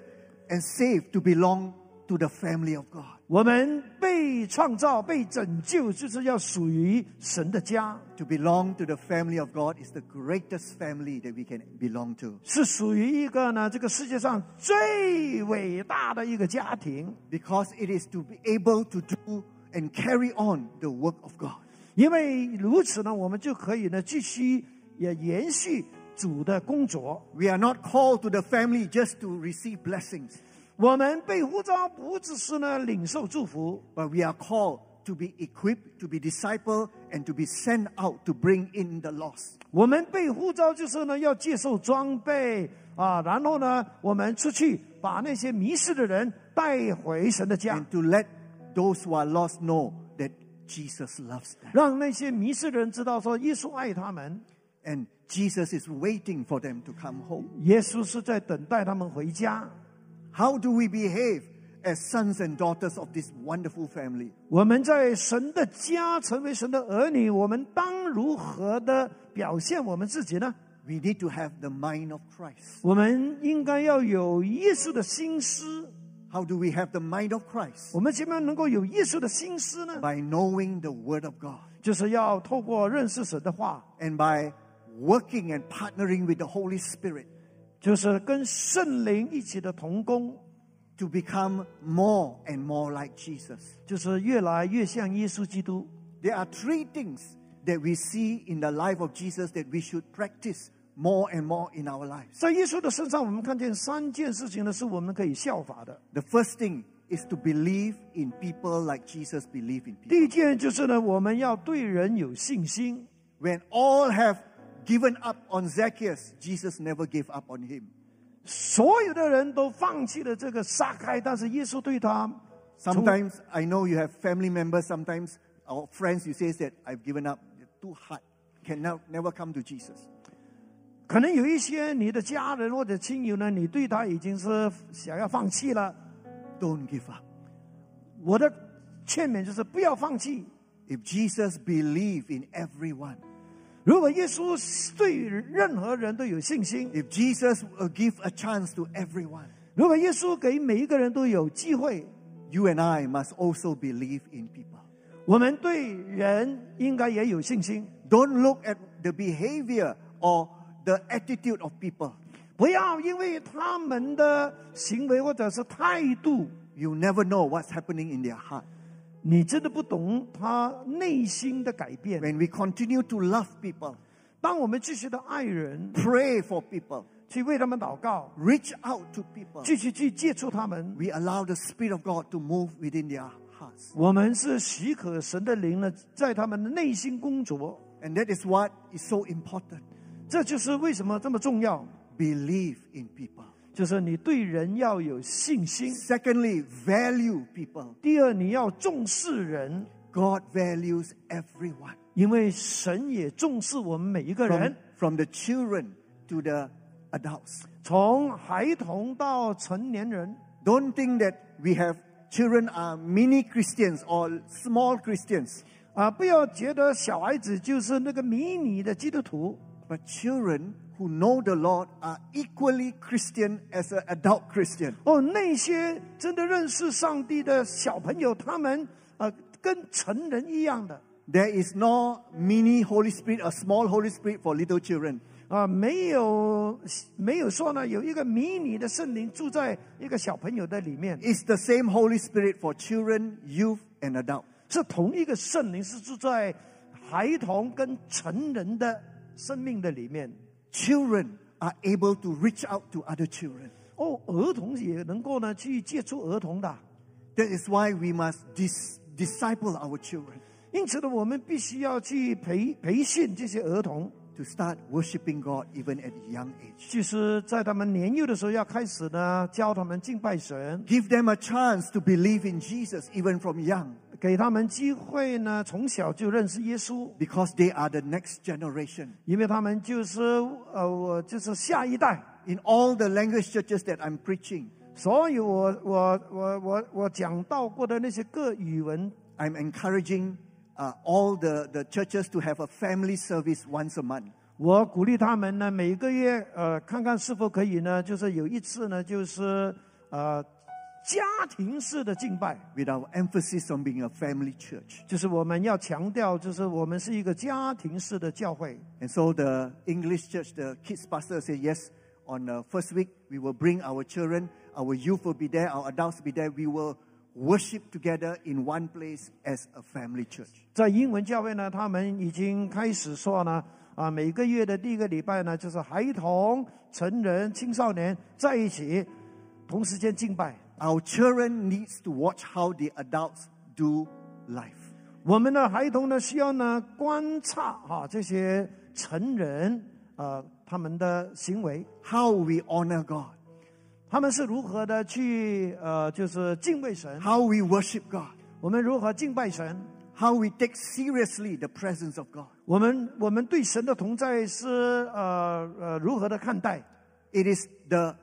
S1: and saved to belong to the family of God,
S2: 我们被创造、被拯救，就是要属于神的家。
S1: to belong to the family of God is the greatest family that we can belong to
S2: 是属于一个呢这个世界上最伟大的一个家庭，
S1: because it is to be able to do and carry on the work of God.
S2: 因为如此呢，我们就可以呢继续也延续主的工作。
S1: We are not called to the family just to receive blessings.
S2: 我们被呼召不只是呢领受祝福，
S1: but we are called to be equipped, to be discipled, and to be sent out to bring in the lost.
S2: 我们被呼召就是呢要接受装备啊，然后呢我们出去把那些迷失的人带回神的家，
S1: And to let those who are lost know that Jesus loves them.
S2: 让那些迷失的人知道说耶稣爱他们，
S1: And Jesus is waiting for them to come home.
S2: 耶稣是在等待他们回家。
S1: How do we behave as sons and daughters of this wonderful family?
S2: 我们在神的家成为神的儿女，我们当如何的表现我们自己呢？
S1: We need to have the mind of Christ.
S2: 我们应该要有耶稣的心思。
S1: How do we have the mind of Christ?
S2: 我们怎么样能够有耶稣的心思呢？
S1: By knowing the Word of God
S2: 就是要透过认识神的话，
S1: and by working and partnering with the Holy Spirit
S2: 就是跟圣灵一起的同工，
S1: to become more and more like Jesus.
S2: 就是越来越像耶稣基督。
S1: There are three things that we see in the life of Jesus that we should practice more and more in our lives.
S2: 在耶稣的身上，我们看见三件事情呢，是我们可以效法的。
S1: The first thing is to believe in people like Jesus believed in
S2: 第
S1: people.
S2: 一件就是呢，我们要对人有信心。
S1: When all have given up on Zacchaeus, Jesus never gave up on him.
S2: 所有的人都放弃了这个杀害，但是耶稣对他
S1: Sometimes I know you have family members, sometimes our friends you say that I've given up, They're too hard, can now never come to Jesus.
S2: 可能有一些你的家人或者亲友呢，你对他已经是想要放弃了。
S1: Don't give up.
S2: 我的劝勉就是不要放弃。
S1: If Jesus believed in everyone,
S2: 如果耶稣对任何人都有信心，
S1: if Jesus will give a chance to everyone,
S2: 如果耶稣给每一个人都有机会，
S1: you and I must also believe in people.
S2: 我们对人应该也有信心。
S1: Don't look at the behavior or the attitude of people.
S2: 不要因为他们的行为或者是态度，
S1: You never know what's happening in their heart.
S2: 你真的不懂他内心的改变。
S1: When we continue to love people,
S2: 当我们继续的爱人，
S1: pray for people,
S2: 去为他们祷告，
S1: reach out to people,
S2: 继续去接触他们，
S1: we allow the Spirit of God to move within their hearts.
S2: 我们是许可神的灵呢，在他们的内心工作。
S1: And that is what is so important.
S2: 这就是为什么这么重要，
S1: Believe in people.
S2: 就是你对人要有信心。
S1: Secondly, value people.
S2: 第二，你要重视人，
S1: God values everyone.
S2: 因为神也重视我们每一个
S1: From,
S2: 人，
S1: from the children to the adults.
S2: 从孩童到成年人。
S1: Don't think that we have children are mini Christians or small Christians.
S2: 啊，不要觉得小孩子就是那个迷你的基督徒，
S1: But children who know the Lord are equally Christian as an adult Christian.
S2: 哦，那些真的认识上帝的小朋友，他们呃跟成人一样的
S1: There is no mini Holy Spirit, a small Holy Spirit for little children.
S2: 啊、没有没有说呢，有一个迷你的圣灵住在一个小朋友的里面，
S1: It's the same Holy Spirit for children, youth, and adult.
S2: 是同一个圣灵，是住在孩童跟成人的生命的里面。
S1: Children are able to reach out to other children.
S2: 哦，儿童也能够呢去接触儿童的，
S1: That is why we must dis- disciple our children
S2: 因此呢，我们必须要去培培训这些儿童。
S1: to start worshiping God even at a young age.
S2: 就是在他们年幼的时候要开始呢，教他们敬拜神，
S1: Give them a chance to believe in Jesus even from young
S2: 给他们机会呢，从小就认识耶稣，
S1: because they are the next generation.
S2: 因为他们就是呃，我就是下一代。
S1: In all the language churches that I'm preaching,
S2: 所以我我我我我讲到过的那些个语文，
S1: I'm encouraging uh, all the, the churches to have a family service once a month.
S2: 我鼓励他们呢，每个月呃，看看是否可以呢，就是有一次呢，就是呃，家庭式的敬拜，
S1: with our emphasis on being a family church.
S2: 就是我们要强调，就是我们是一个家庭式的教会。
S1: And so the English church, the kids pastor said, yes, on the first week, we will bring our children, our youth will be there, our adults will be there. We will worship together in one place as a family church.
S2: 在英文教会呢，他们已经开始说呢，啊，每个月的第一个礼拜呢，就是孩童、成人、青少年在一起，同时间敬拜。
S1: Our children needs to watch how the adults do life.
S2: 我们的孩童呢，需要呢观察哈、这些成人呃他们的行为，
S1: How we honor God,
S2: 他们是如何的去呃就是敬畏神，
S1: how we worship God,
S2: 我们如何敬拜神，
S1: how we take seriously the presence of God.
S2: 我们我们对神的同在是呃呃如何的看待
S1: It is the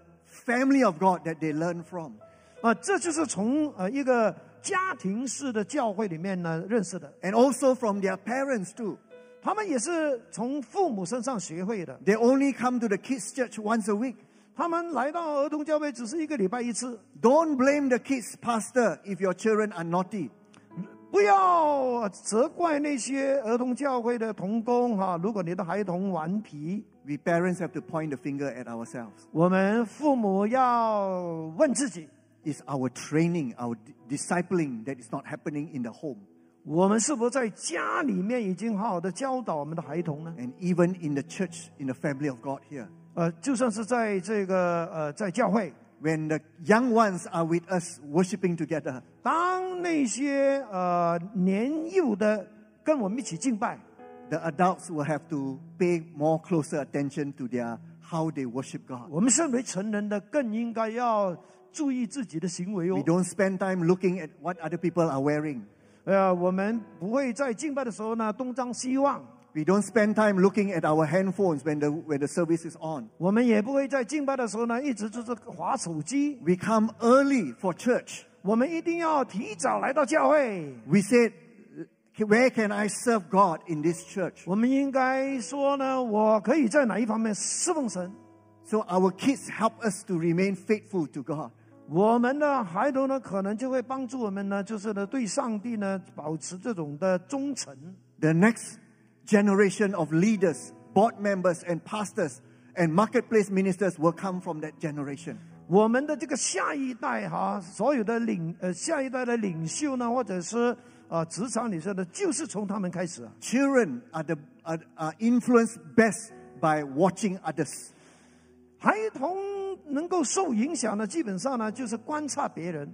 S1: family of God that they learn from.
S2: 啊、这就是从呃一个家庭式的教会里面呢认识的，
S1: And also from their parents too.
S2: 他们也是从父母身上学会的，
S1: They only come to the kids' church once a week.
S2: 他们来到儿童教会只是一个礼拜一次，
S1: Don't blame the kids' pastor if your children are naughty.
S2: 不要责怪那些儿童教会的童工哈、如果你的孩童顽皮，
S1: We parents have to point the finger at ourselves.
S2: 我们父母要问自己：
S1: It's our training, our d- discipling that is not happening in the home.
S2: 我们是否在家里面已经好好的教导我们的孩童呢？
S1: And even in the church, in the family of God here.
S2: 呃，就算是在这个呃在教会，
S1: When the young ones are with us worshiping together,
S2: 当那些呃年幼的跟我们一起敬拜，
S1: the adults will have to pay more closer attention to their how they worship God.
S2: 我们身为成人的更应该要注意自己的行为
S1: We
S2: 哦。
S1: don't spend time looking at what other people are wearing.
S2: 呃，我们不会在敬拜的时候呢东张西望。
S1: We don't spend time looking at our handphones when the, when the service is on.
S2: 我们也不会在敬拜的时候呢，一直就是划手机。
S1: We come early for church.
S2: 我们一定要提早来到教会。
S1: We said, Where can I serve God in this church?
S2: 我们应该说呢，我可以在哪一方面侍奉神？
S1: So our kids help us to remain faithful to God.
S2: 我们的孩童呢，可能就会帮助我们呢，就是呢，对上帝呢，保持这种的忠诚。
S1: The next generation of leaders, board members, and pastors and marketplace ministers will come from that generation.
S2: 我们的这个下一代哈，所有的领呃下一代的领袖呢，或者是啊、呃职场里头的，就是从他们开始啊。
S1: Children are, the, are, are influenced best by watching others.
S2: 孩童能够受影响呢，基本上呢，就是观察别人。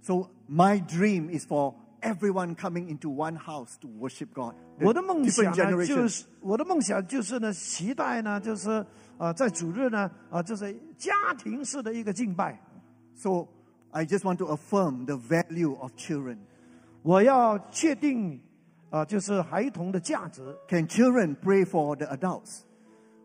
S1: So my dream is for everyone coming into one house to worship God.
S2: 我的梦想
S1: different
S2: 呢，就
S1: generations.
S2: 是我的梦想就是呢，期待呢，就是啊、呃在主日呢，啊、就是家庭式的一个敬拜。
S1: So I just want to affirm the value of children.
S2: 我要确定啊、就是孩童的价值。
S1: Can children pray for the adults?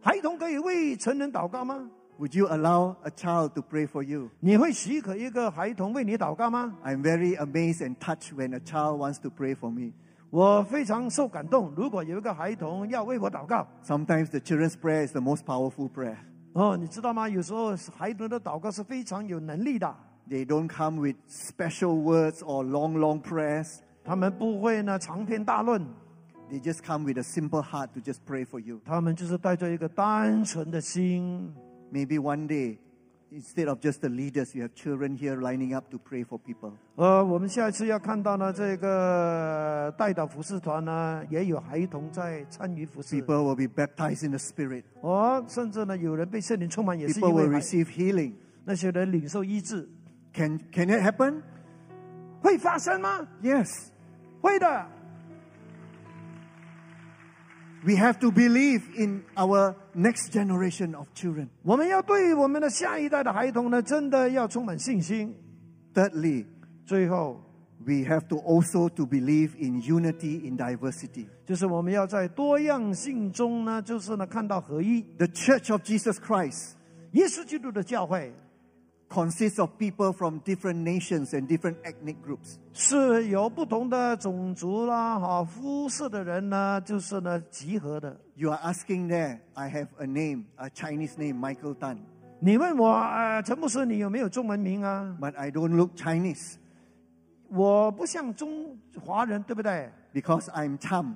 S2: 孩童可以为成人祷告吗？
S1: Would you allow a child to pray for you?
S2: 你会许可一个孩童为你祷告吗？
S1: I'm very amazed and touched when a child wants to pray for me.
S2: 我非常受感动。如果有一个孩童要为我祷告，
S1: Sometimes the children's prayer is the most powerful prayer.
S2: 哦，你知道吗？有时候孩童的祷告是非常有能力的，
S1: They don't come with special words or long, long prayers.
S2: 他们不会呢长篇大论，
S1: They just come with a simple heart to just pray for you.
S2: 他们就是带着一个单纯的心，
S1: Maybe one day, instead of just the leaders, you have children here lining up to pray for people.
S2: 呃，我们下一次要看到呢，这个带导服饰团呢，也有孩童在参与服饰，
S1: People will be baptized in the Spirit.
S2: 哦，甚至呢，有人被圣灵充满，也是
S1: People
S2: 因
S1: will
S2: 为孩
S1: receive healing.
S2: 那些人领受医治，
S1: Can, can it happen?
S2: 会发生吗？
S1: Yes.
S2: 会的，
S1: We have to believe in our next generation of children.
S2: 我们要对我们的下一代的孩童呢，真的要充满信心。
S1: Thirdly,
S2: 最后，
S1: we have to also to believe in unity in diversity.
S2: 就是我们要在多样性中呢，就是呢看到合一。
S1: The church of Jesus Christ
S2: 耶稣基督的教会
S1: consists of people from different nations and different ethnic groups.
S2: 是由不同的种族啦、哈肤色的人呢，就是呢集合的。
S1: You are asking there, I have a name, a Chinese name, Michael Tan,
S2: 你问我，呃，陈牧师，你有没有中文名啊？
S1: but I don't look Chinese
S2: 我不像中华人，对不对？
S1: because I'm Cham.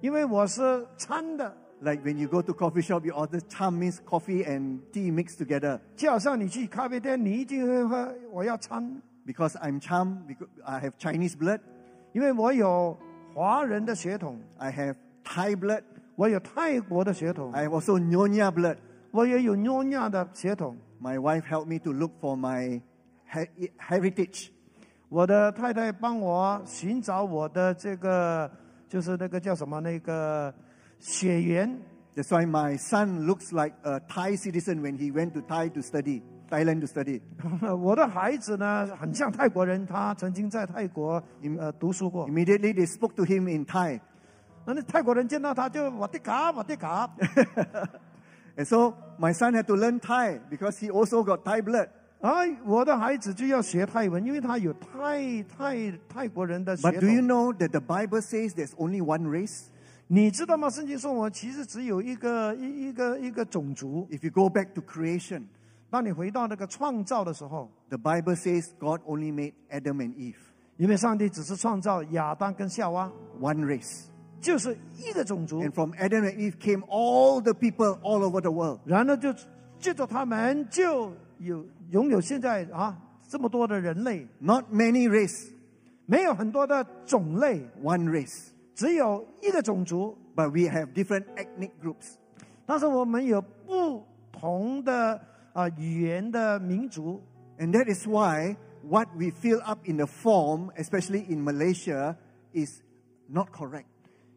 S2: 因为我是掺的，
S1: Like when you go to coffee shop, you order Cham means coffee and tea mixed together.
S2: 就好像你去咖啡店，你一定会喝，我要掺，
S1: Because I'm Cham, because I have Chinese blood,
S2: 因为我有华人的血统，
S1: I have Thai blood,
S2: 我有泰国的血统，
S1: I have also Nyonya blood.
S2: 我也有诺亚的血统。
S1: My wife helped me to look for my he- heritage.
S2: 我的太太帮我寻找我的这个，就是那个叫什么那个血缘。
S1: That's why my son looks like a Thai citizen when he went to Thai to study, Thailand to study.
S2: 我的孩子呢，很像泰国人，他曾经在泰国呃读书过。
S1: Immediately they spoke to him in Thai.
S2: 那那泰国人见到他就我的卡，我的卡。
S1: And so my son had to learn Thai because he also got Thai blood.
S2: 啊，我的孩子就要学泰文，因为他有泰泰泰国人的血
S1: But do you
S2: 统。
S1: know that the Bible says there's only one race?
S2: 你知道吗？圣经说我其实只有一个一一个一个种族。
S1: If you go back to creation,
S2: 当你回到那个创造的时候，
S1: the Bible says God only made Adam and Eve,
S2: 因为上帝只是创造亚当跟夏娃，
S1: one race.
S2: 就是一个种族。
S1: And from Adam and Eve came all the people all over the world.
S2: 然后就借着他们就有拥有现在啊这么多的人类，
S1: Not many race,
S2: 没有很多的种类，
S1: one race.
S2: 只有一个种族，
S1: But we have different ethnic groups.
S2: 但是我们有不同的啊、语言的民族，
S1: And that is why what we fill up in the form, especially in Malaysia, is not correct.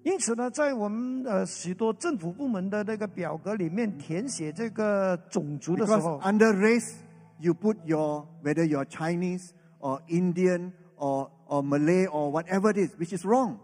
S2: 因此呢，在我们呃许多政府部门的那个表格里面填写这个种族的时
S1: Because
S2: 候，
S1: under race, you put your, whether you're Chinese or Indian or, or Malay or whatever it is, which is wrong.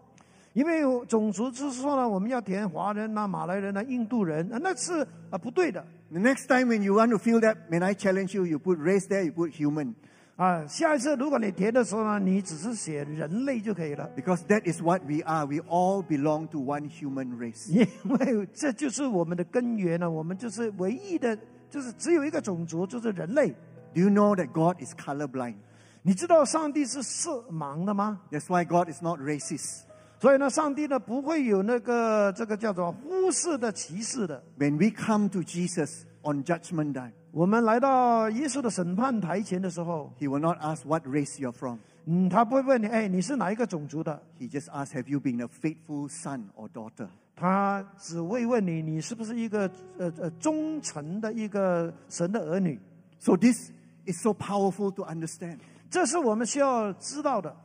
S2: 因为种族就是说呢，我们要填华人呐、马来人呐、印度人，啊、那是啊、不对的
S1: The next time when you want to fill that, when I challenge you, you put race there, you put human.
S2: 啊。下一次如果你填的时候呢，你只是写人类就可以了。
S1: Because that is what we are. We all belong to one human race.
S2: 因为这就是我们的根源啊呢，我们就是唯一的，就是只有一个种族，就是人类。
S1: Do you know that God is colorblind?
S2: 你知道上帝是色盲的吗？
S1: That's why God is not racist.
S2: 所以呢，上帝呢不会有那个这个叫做忽视的歧视的。
S1: When we come to Jesus on Judgment Day,
S2: 我们来到耶稣的审判台前的时候，
S1: He will not ask what race you're from.
S2: 嗯，他不会问你，哎，你是哪一个种族的？
S1: He just asks, Have you been a faithful son or daughter?
S2: 他只会问你，你是不是一个呃呃忠诚的一个神的儿女？
S1: So this is so powerful to understand
S2: 这是我们需要知道的。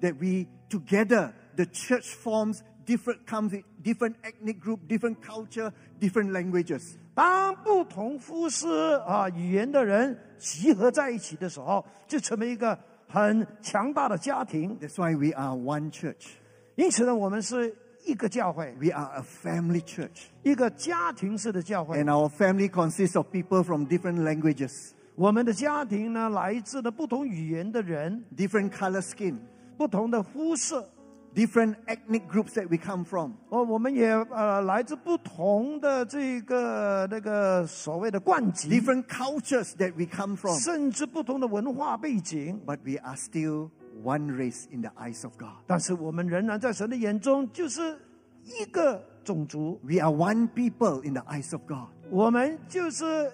S1: that we together the church forms different comes with different ethnic group, different culture, different languages.
S2: 当不同肤色啊语言的人集合在一起的时候，就成为一个很强大的家庭。
S1: That's why we are one church.
S2: 因此呢，我们是一个教会，
S1: We are a family church.
S2: 一个家庭式的教会。
S1: And our family consists of people from different languages,
S2: 我们的家庭呢，来自了不同语言的人，
S1: different color skin,
S2: 不同的肤色。
S1: different ethnic groups that we come from.
S2: 哦，我们也呃来自不同的这个那个所谓的冠级，
S1: different cultures that we come from,
S2: 甚至不同的文化背景，
S1: but we are still one race in the eyes of God.
S2: 但是我们仍然在神的眼中就是一个种族。
S1: We are one people in the eyes of God.
S2: 我们就是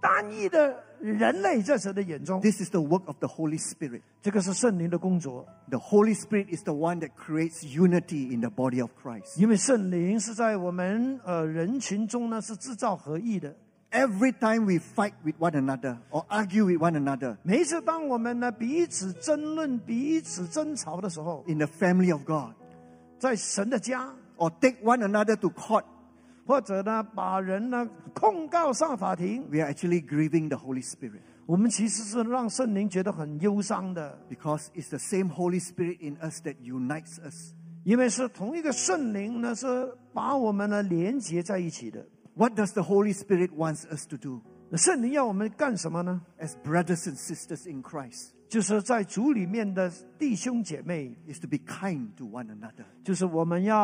S2: 单一的人类，在神的眼中，
S1: This is the work of the Holy Spirit.
S2: 这个是圣灵的工作，
S1: The Holy Spirit is the one that creates unity in the body of Christ.
S2: 因为圣灵是在我们呃人群中呢是制造合一的。
S1: Every time we fight with one another or argue with one another
S2: 每一次当我们呢彼此争论、彼此争吵的时候，
S1: in the family of God
S2: 在神的家，
S1: or take one another to court,
S2: 或者呢把人呢控告上法庭，
S1: we are actually grieving the Holy Spirit
S2: 我们其实是让圣灵觉得很忧伤的，
S1: because it's the same Holy Spirit in us that unites us.
S2: 因为是同一个圣灵呢是把我们呢连接在一起的。
S1: What does the Holy Spirit wants us to do?
S2: 那圣灵要我们干什么呢？
S1: as brothers and sisters in Christ
S2: 就是在主里面的弟兄姐妹，
S1: is to be kind to one another.
S2: 就是我们要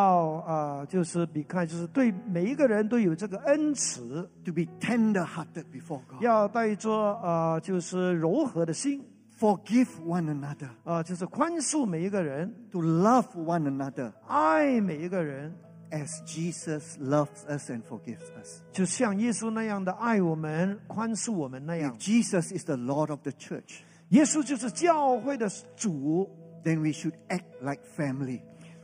S2: 啊、呃就是比看，就是对每一个人都有这个恩慈，
S1: To be tender hearted before God.
S2: 要带着呃，就是柔和的心
S1: Forgive one another.
S2: 啊、呃就是宽恕每一个人，
S1: To love one another
S2: 爱每一个人，
S1: as Jesus loves us and forgives us.
S2: 就像耶稣那样的爱我们、宽恕我们那样
S1: If。Jesus is the Lord of the church,
S2: 耶稣就是教会的主，
S1: then we should act like family.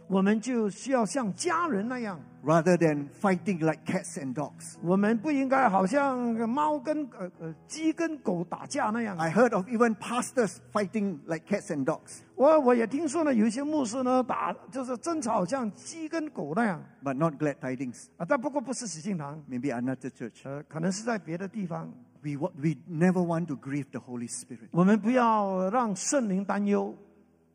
S2: 我们就需要像家人那样，
S1: rather than fighting like cats and dogs.
S2: 我们不应该好像猫跟呃呃鸡跟狗打架那样。啊
S1: I heard of even pastors fighting like cats and dogs,
S2: 我我也听说呢，有一些牧师呢打就是争吵像鸡跟狗那样
S1: but not glad tidings.
S2: 啊，但不过不是喜庆堂，
S1: Maybe another church.
S2: 呃，可能是在别的地方。
S1: We, wa- we never want to grieve the Holy Spirit,
S2: 我们不要让圣灵担忧，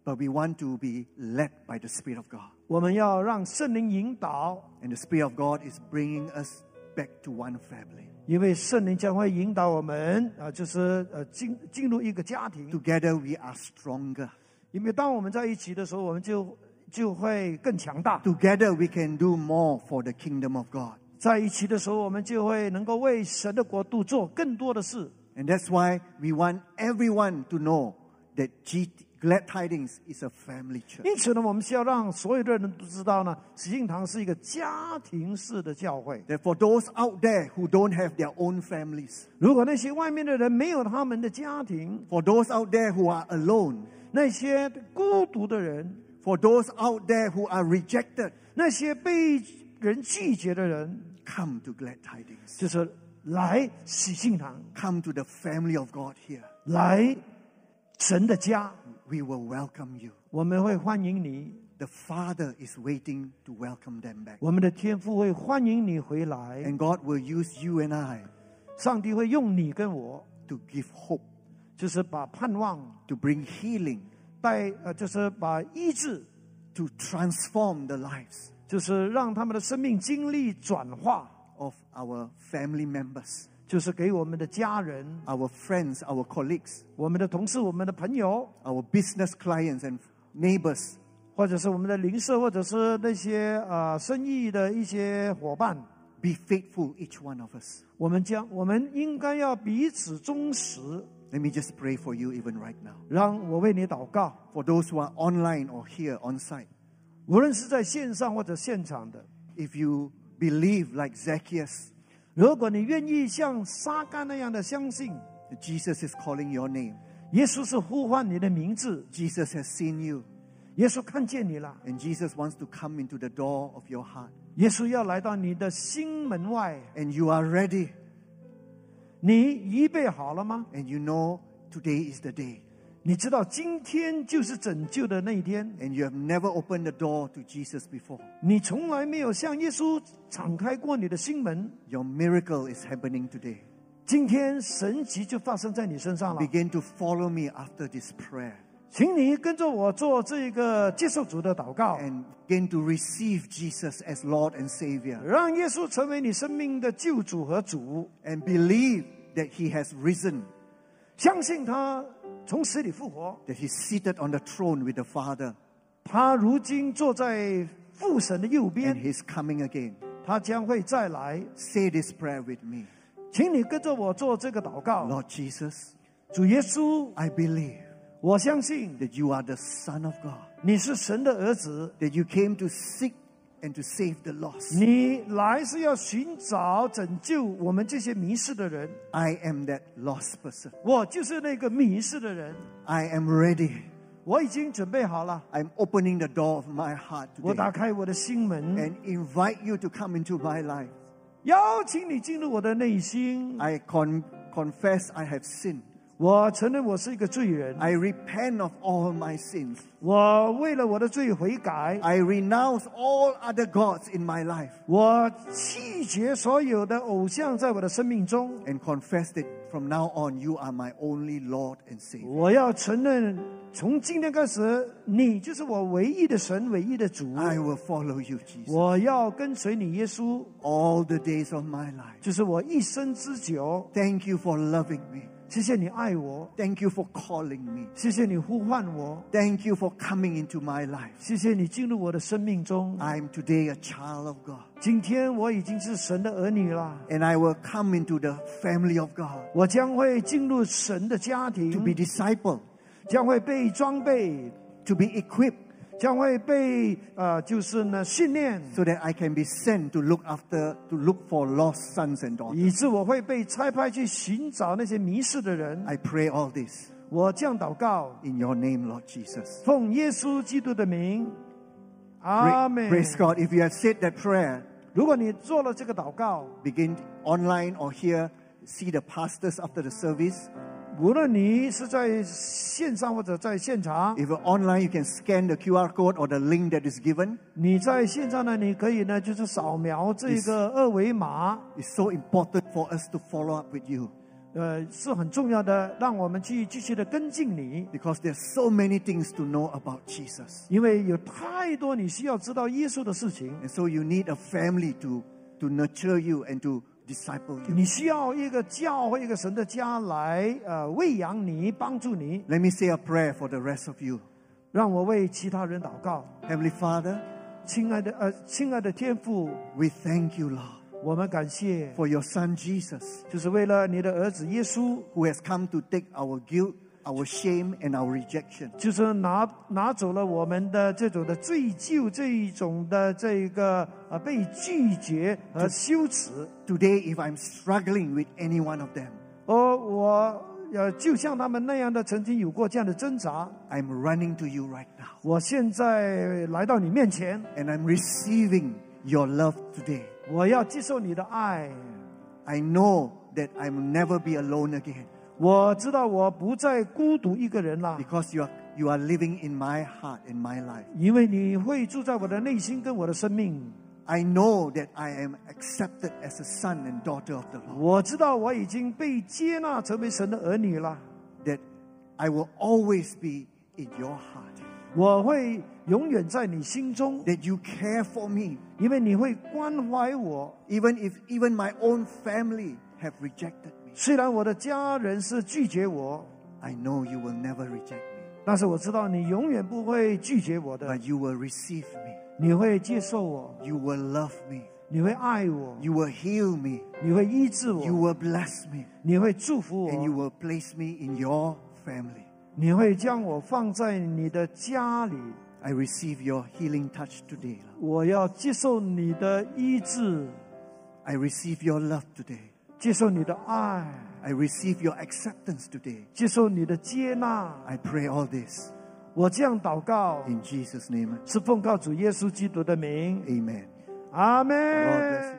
S1: but we want to be led by the Spirit of God.
S2: 我们要让圣灵引导，
S1: And the Spirit of God is bringing us back to one family,
S2: 因为圣灵将会引导我们啊，就是呃进进入一个家庭。
S1: together we are stronger.
S2: 因为当我们在一起的时候，我们就就会更强大。
S1: Together we can do more for the kingdom of God.
S2: 在一起的时候，我们就会能够为神的国度做更多的事。
S1: And that's why we want everyone to know that G- Glad Tidings is a family church.
S2: 因此呢，我们需要让所有的人都知道呢，喜庆堂是一个家庭式的教会。
S1: That for those out there who don't have their own families,
S2: 如果那些外面的人没有他们的家庭，
S1: for those out there who are alone,
S2: 那些孤独的人，
S1: for those out there who are rejected,
S2: 那些被人拒绝的人，
S1: come to Glad Tidings.
S2: 就是来喜庆堂，
S1: Come to the family of God here.
S2: 来神的家，
S1: We will welcome you.
S2: 我们会欢迎你，
S1: The Father is waiting to welcome them back.
S2: 我们的天父会欢迎你回来，
S1: And God will use you and I
S2: 上帝会用你跟我，
S1: to give hope,
S2: 就是把盼望
S1: to bring healing,
S2: 带呃，就是把医治，
S1: to transform the lives
S2: 就是让他们的生命经历转化，
S1: of our family members,
S2: 就是给我们的家人、
S1: our friends, our colleagues,
S2: 我们的同事、我们的朋友，
S1: our business clients and neighbors,
S2: 或者是我们的邻舍，或者是那些呃生意的一些伙伴。
S1: be faithful, each one of us.
S2: 我们将我们应该要彼此忠实。
S1: Let me just pray for you even right now.
S2: 让我为你祷告，
S1: For those who are online or here on site,
S2: 无论是在线上或者现场的。
S1: if you believe like Zacchaeus,
S2: 如果你愿意像沙干那样的相信，
S1: that Jesus is calling your name,
S2: 耶稣是呼唤你的名字，
S1: Jesus has seen you,
S2: 耶稣看见你了，
S1: and Jesus wants to come into the door of your heart,
S2: 耶稣要来到你的心门外，
S1: and you are ready.
S2: 你预备好了吗？
S1: And you know today is the day.
S2: 你知道今天就是拯救的那一天，
S1: And you have never opened the door to Jesus before.
S2: 你从来没有向耶稣敞开过你的心门，
S1: Your miracle is happening today.
S2: 今天神迹就发生在你身上了。
S1: Begin to follow me after this prayer
S2: 请你跟着我做这个接受主的祷告，
S1: and begin to receive Jesus as Lord and Savior
S2: 让耶稣成为你生命的救主和主，
S1: and believe that He has risen,
S2: 相信他从死里复活，
S1: that He's seated on the throne with the Father,
S2: 他如今坐在父神的右
S1: and
S2: 边，
S1: He's coming again.
S2: 他将会再来。
S1: Say this prayer with me
S2: 请你跟着我做这个祷告，
S1: Lord Jesus,
S2: 主耶稣，
S1: I believe
S2: 我相信
S1: that you are the Son of God,
S2: 你是神的儿子，
S1: that you came to seek and to save the lost.
S2: 你来是要寻找拯救我们这些迷失的人。
S1: I am that lost person.
S2: 我就是那个迷失的人，
S1: I am ready.
S2: 我已经准备好了。
S1: I'm opening the door of my heart
S2: 我
S1: today
S2: 打开我的心门，
S1: and invite you to come into my life.
S2: 邀请你进入我的内心。
S1: I con- confess I have sinned.
S2: 我承认我是一个罪人，
S1: I repent of all my sins.
S2: 我为了我的罪悔改，
S1: I renounce all other gods in my life
S2: 我弃绝所有的偶像在我的生命中。
S1: and confess that from now on you are my only Lord and Savior.
S2: 我要承认，从今天开始，你就是我唯一的神，唯一的主。
S1: I will follow you, Jesus,
S2: 我要跟随你，耶稣，
S1: all the days of my life.
S2: 就是我一生之久。
S1: Thank you for loving me.
S2: 谢谢你爱我，
S1: Thank you for calling me.
S2: 谢谢你呼唤我，
S1: Thank you for coming into my life.
S2: 谢谢你进入我的生命中。
S1: I'm today a child of God,
S2: 今天我已经是神的儿女了，
S1: and I will come into the family of God
S2: 我将会进入神的家
S1: to be
S2: 庭，
S1: discipled,
S2: 将会被装备，
S1: to be equipped,
S2: 将会被呃，就是呢训练，
S1: so that I can be sent to look after, to look for lost sons and daughters.
S2: 以致我会被差派去寻找那些迷失的人。
S1: I pray all this
S2: 我这样祷告，
S1: in your name, Lord Jesus.
S2: 奉耶稣基督的名，
S1: Pra-
S2: 阿门。
S1: Praise God. If you have said that prayer,
S2: 如果你做了这个祷告，
S1: begin online or here, see the pastors after the service.
S2: 无论你是在线上或者在现场，
S1: If you're online, you can scan the QR code or the link that is given.
S2: 你在线上呢，你可以呢就是扫描这个二维码，
S1: It's so important for us to follow up with you
S2: 呃，是很重要的，让我们去继续的跟进你，
S1: because there's so many things to know about Jesus.
S2: 因为有太多你需要知道耶稣的事情，
S1: And so you need a family to, to nurture you and to disciple you.
S2: 你需要一个教会、一个神的家来呃喂养你、帮助你。
S1: Let me say a prayer for the rest of you.
S2: 让我为其他人祷告，
S1: Heavenly Father,
S2: 亲爱的呃，亲爱的天父，
S1: we thank you, Lord,
S2: 我们感谢，
S1: for your son Jesus.
S2: 就是为了你的儿子耶稣，
S1: who has come to take our guilt, our shame, and our rejection.
S2: 就是拿拿走了我们的这种的罪疚，这一种的这个呃被拒绝和羞耻。
S1: Today, if I'm struggling with any one of them,
S2: 而哦我呃，就像他们那样的曾经有过这样的挣扎，
S1: I'm running to you right now
S2: 我现在来到你面前，
S1: and I'm receiving your love today.
S2: 我要接受你的爱。
S1: I know that I will never be alone again
S2: 我知道我不再孤独一个人了，
S1: because you are, you are living in my heart and my life.
S2: 因为你会住在我的内心跟我的生命。
S1: I know that I am accepted as a son and daughter of the Lord,
S2: 我知道我已经被接纳成为神的儿女了，
S1: that I will always be in your heart,
S2: 我会永远在你心中，
S1: that you care for me,
S2: 因为你会关怀我。
S1: even if even my own family have rejected me.
S2: 虽然我的家人是拒绝我，
S1: I know you will never reject me,
S2: 但是我知道你永远不会拒绝我的，
S1: but you will receive me.
S2: 你会接受我，
S1: You will love me.
S2: 你会爱我，
S1: You will heal me.
S2: 你会医治
S1: You will
S2: 我，
S1: bless me.
S2: 你会祝福
S1: And you
S2: 我，
S1: will place me in your family.
S2: 你会将我放在你的家里。
S1: I receive your healing touch today. Lord.
S2: 我要接受你的医治，
S1: I receive your love today.
S2: 接受你的爱，
S1: I receive your acceptance today.
S2: 接受你的接纳。
S1: I pray all this
S2: 我这样祷告。
S1: in Jesus' name.
S2: 是奉告主耶稣基督的名，
S1: Amen.
S2: 阿
S1: God bless
S2: 门
S1: you.。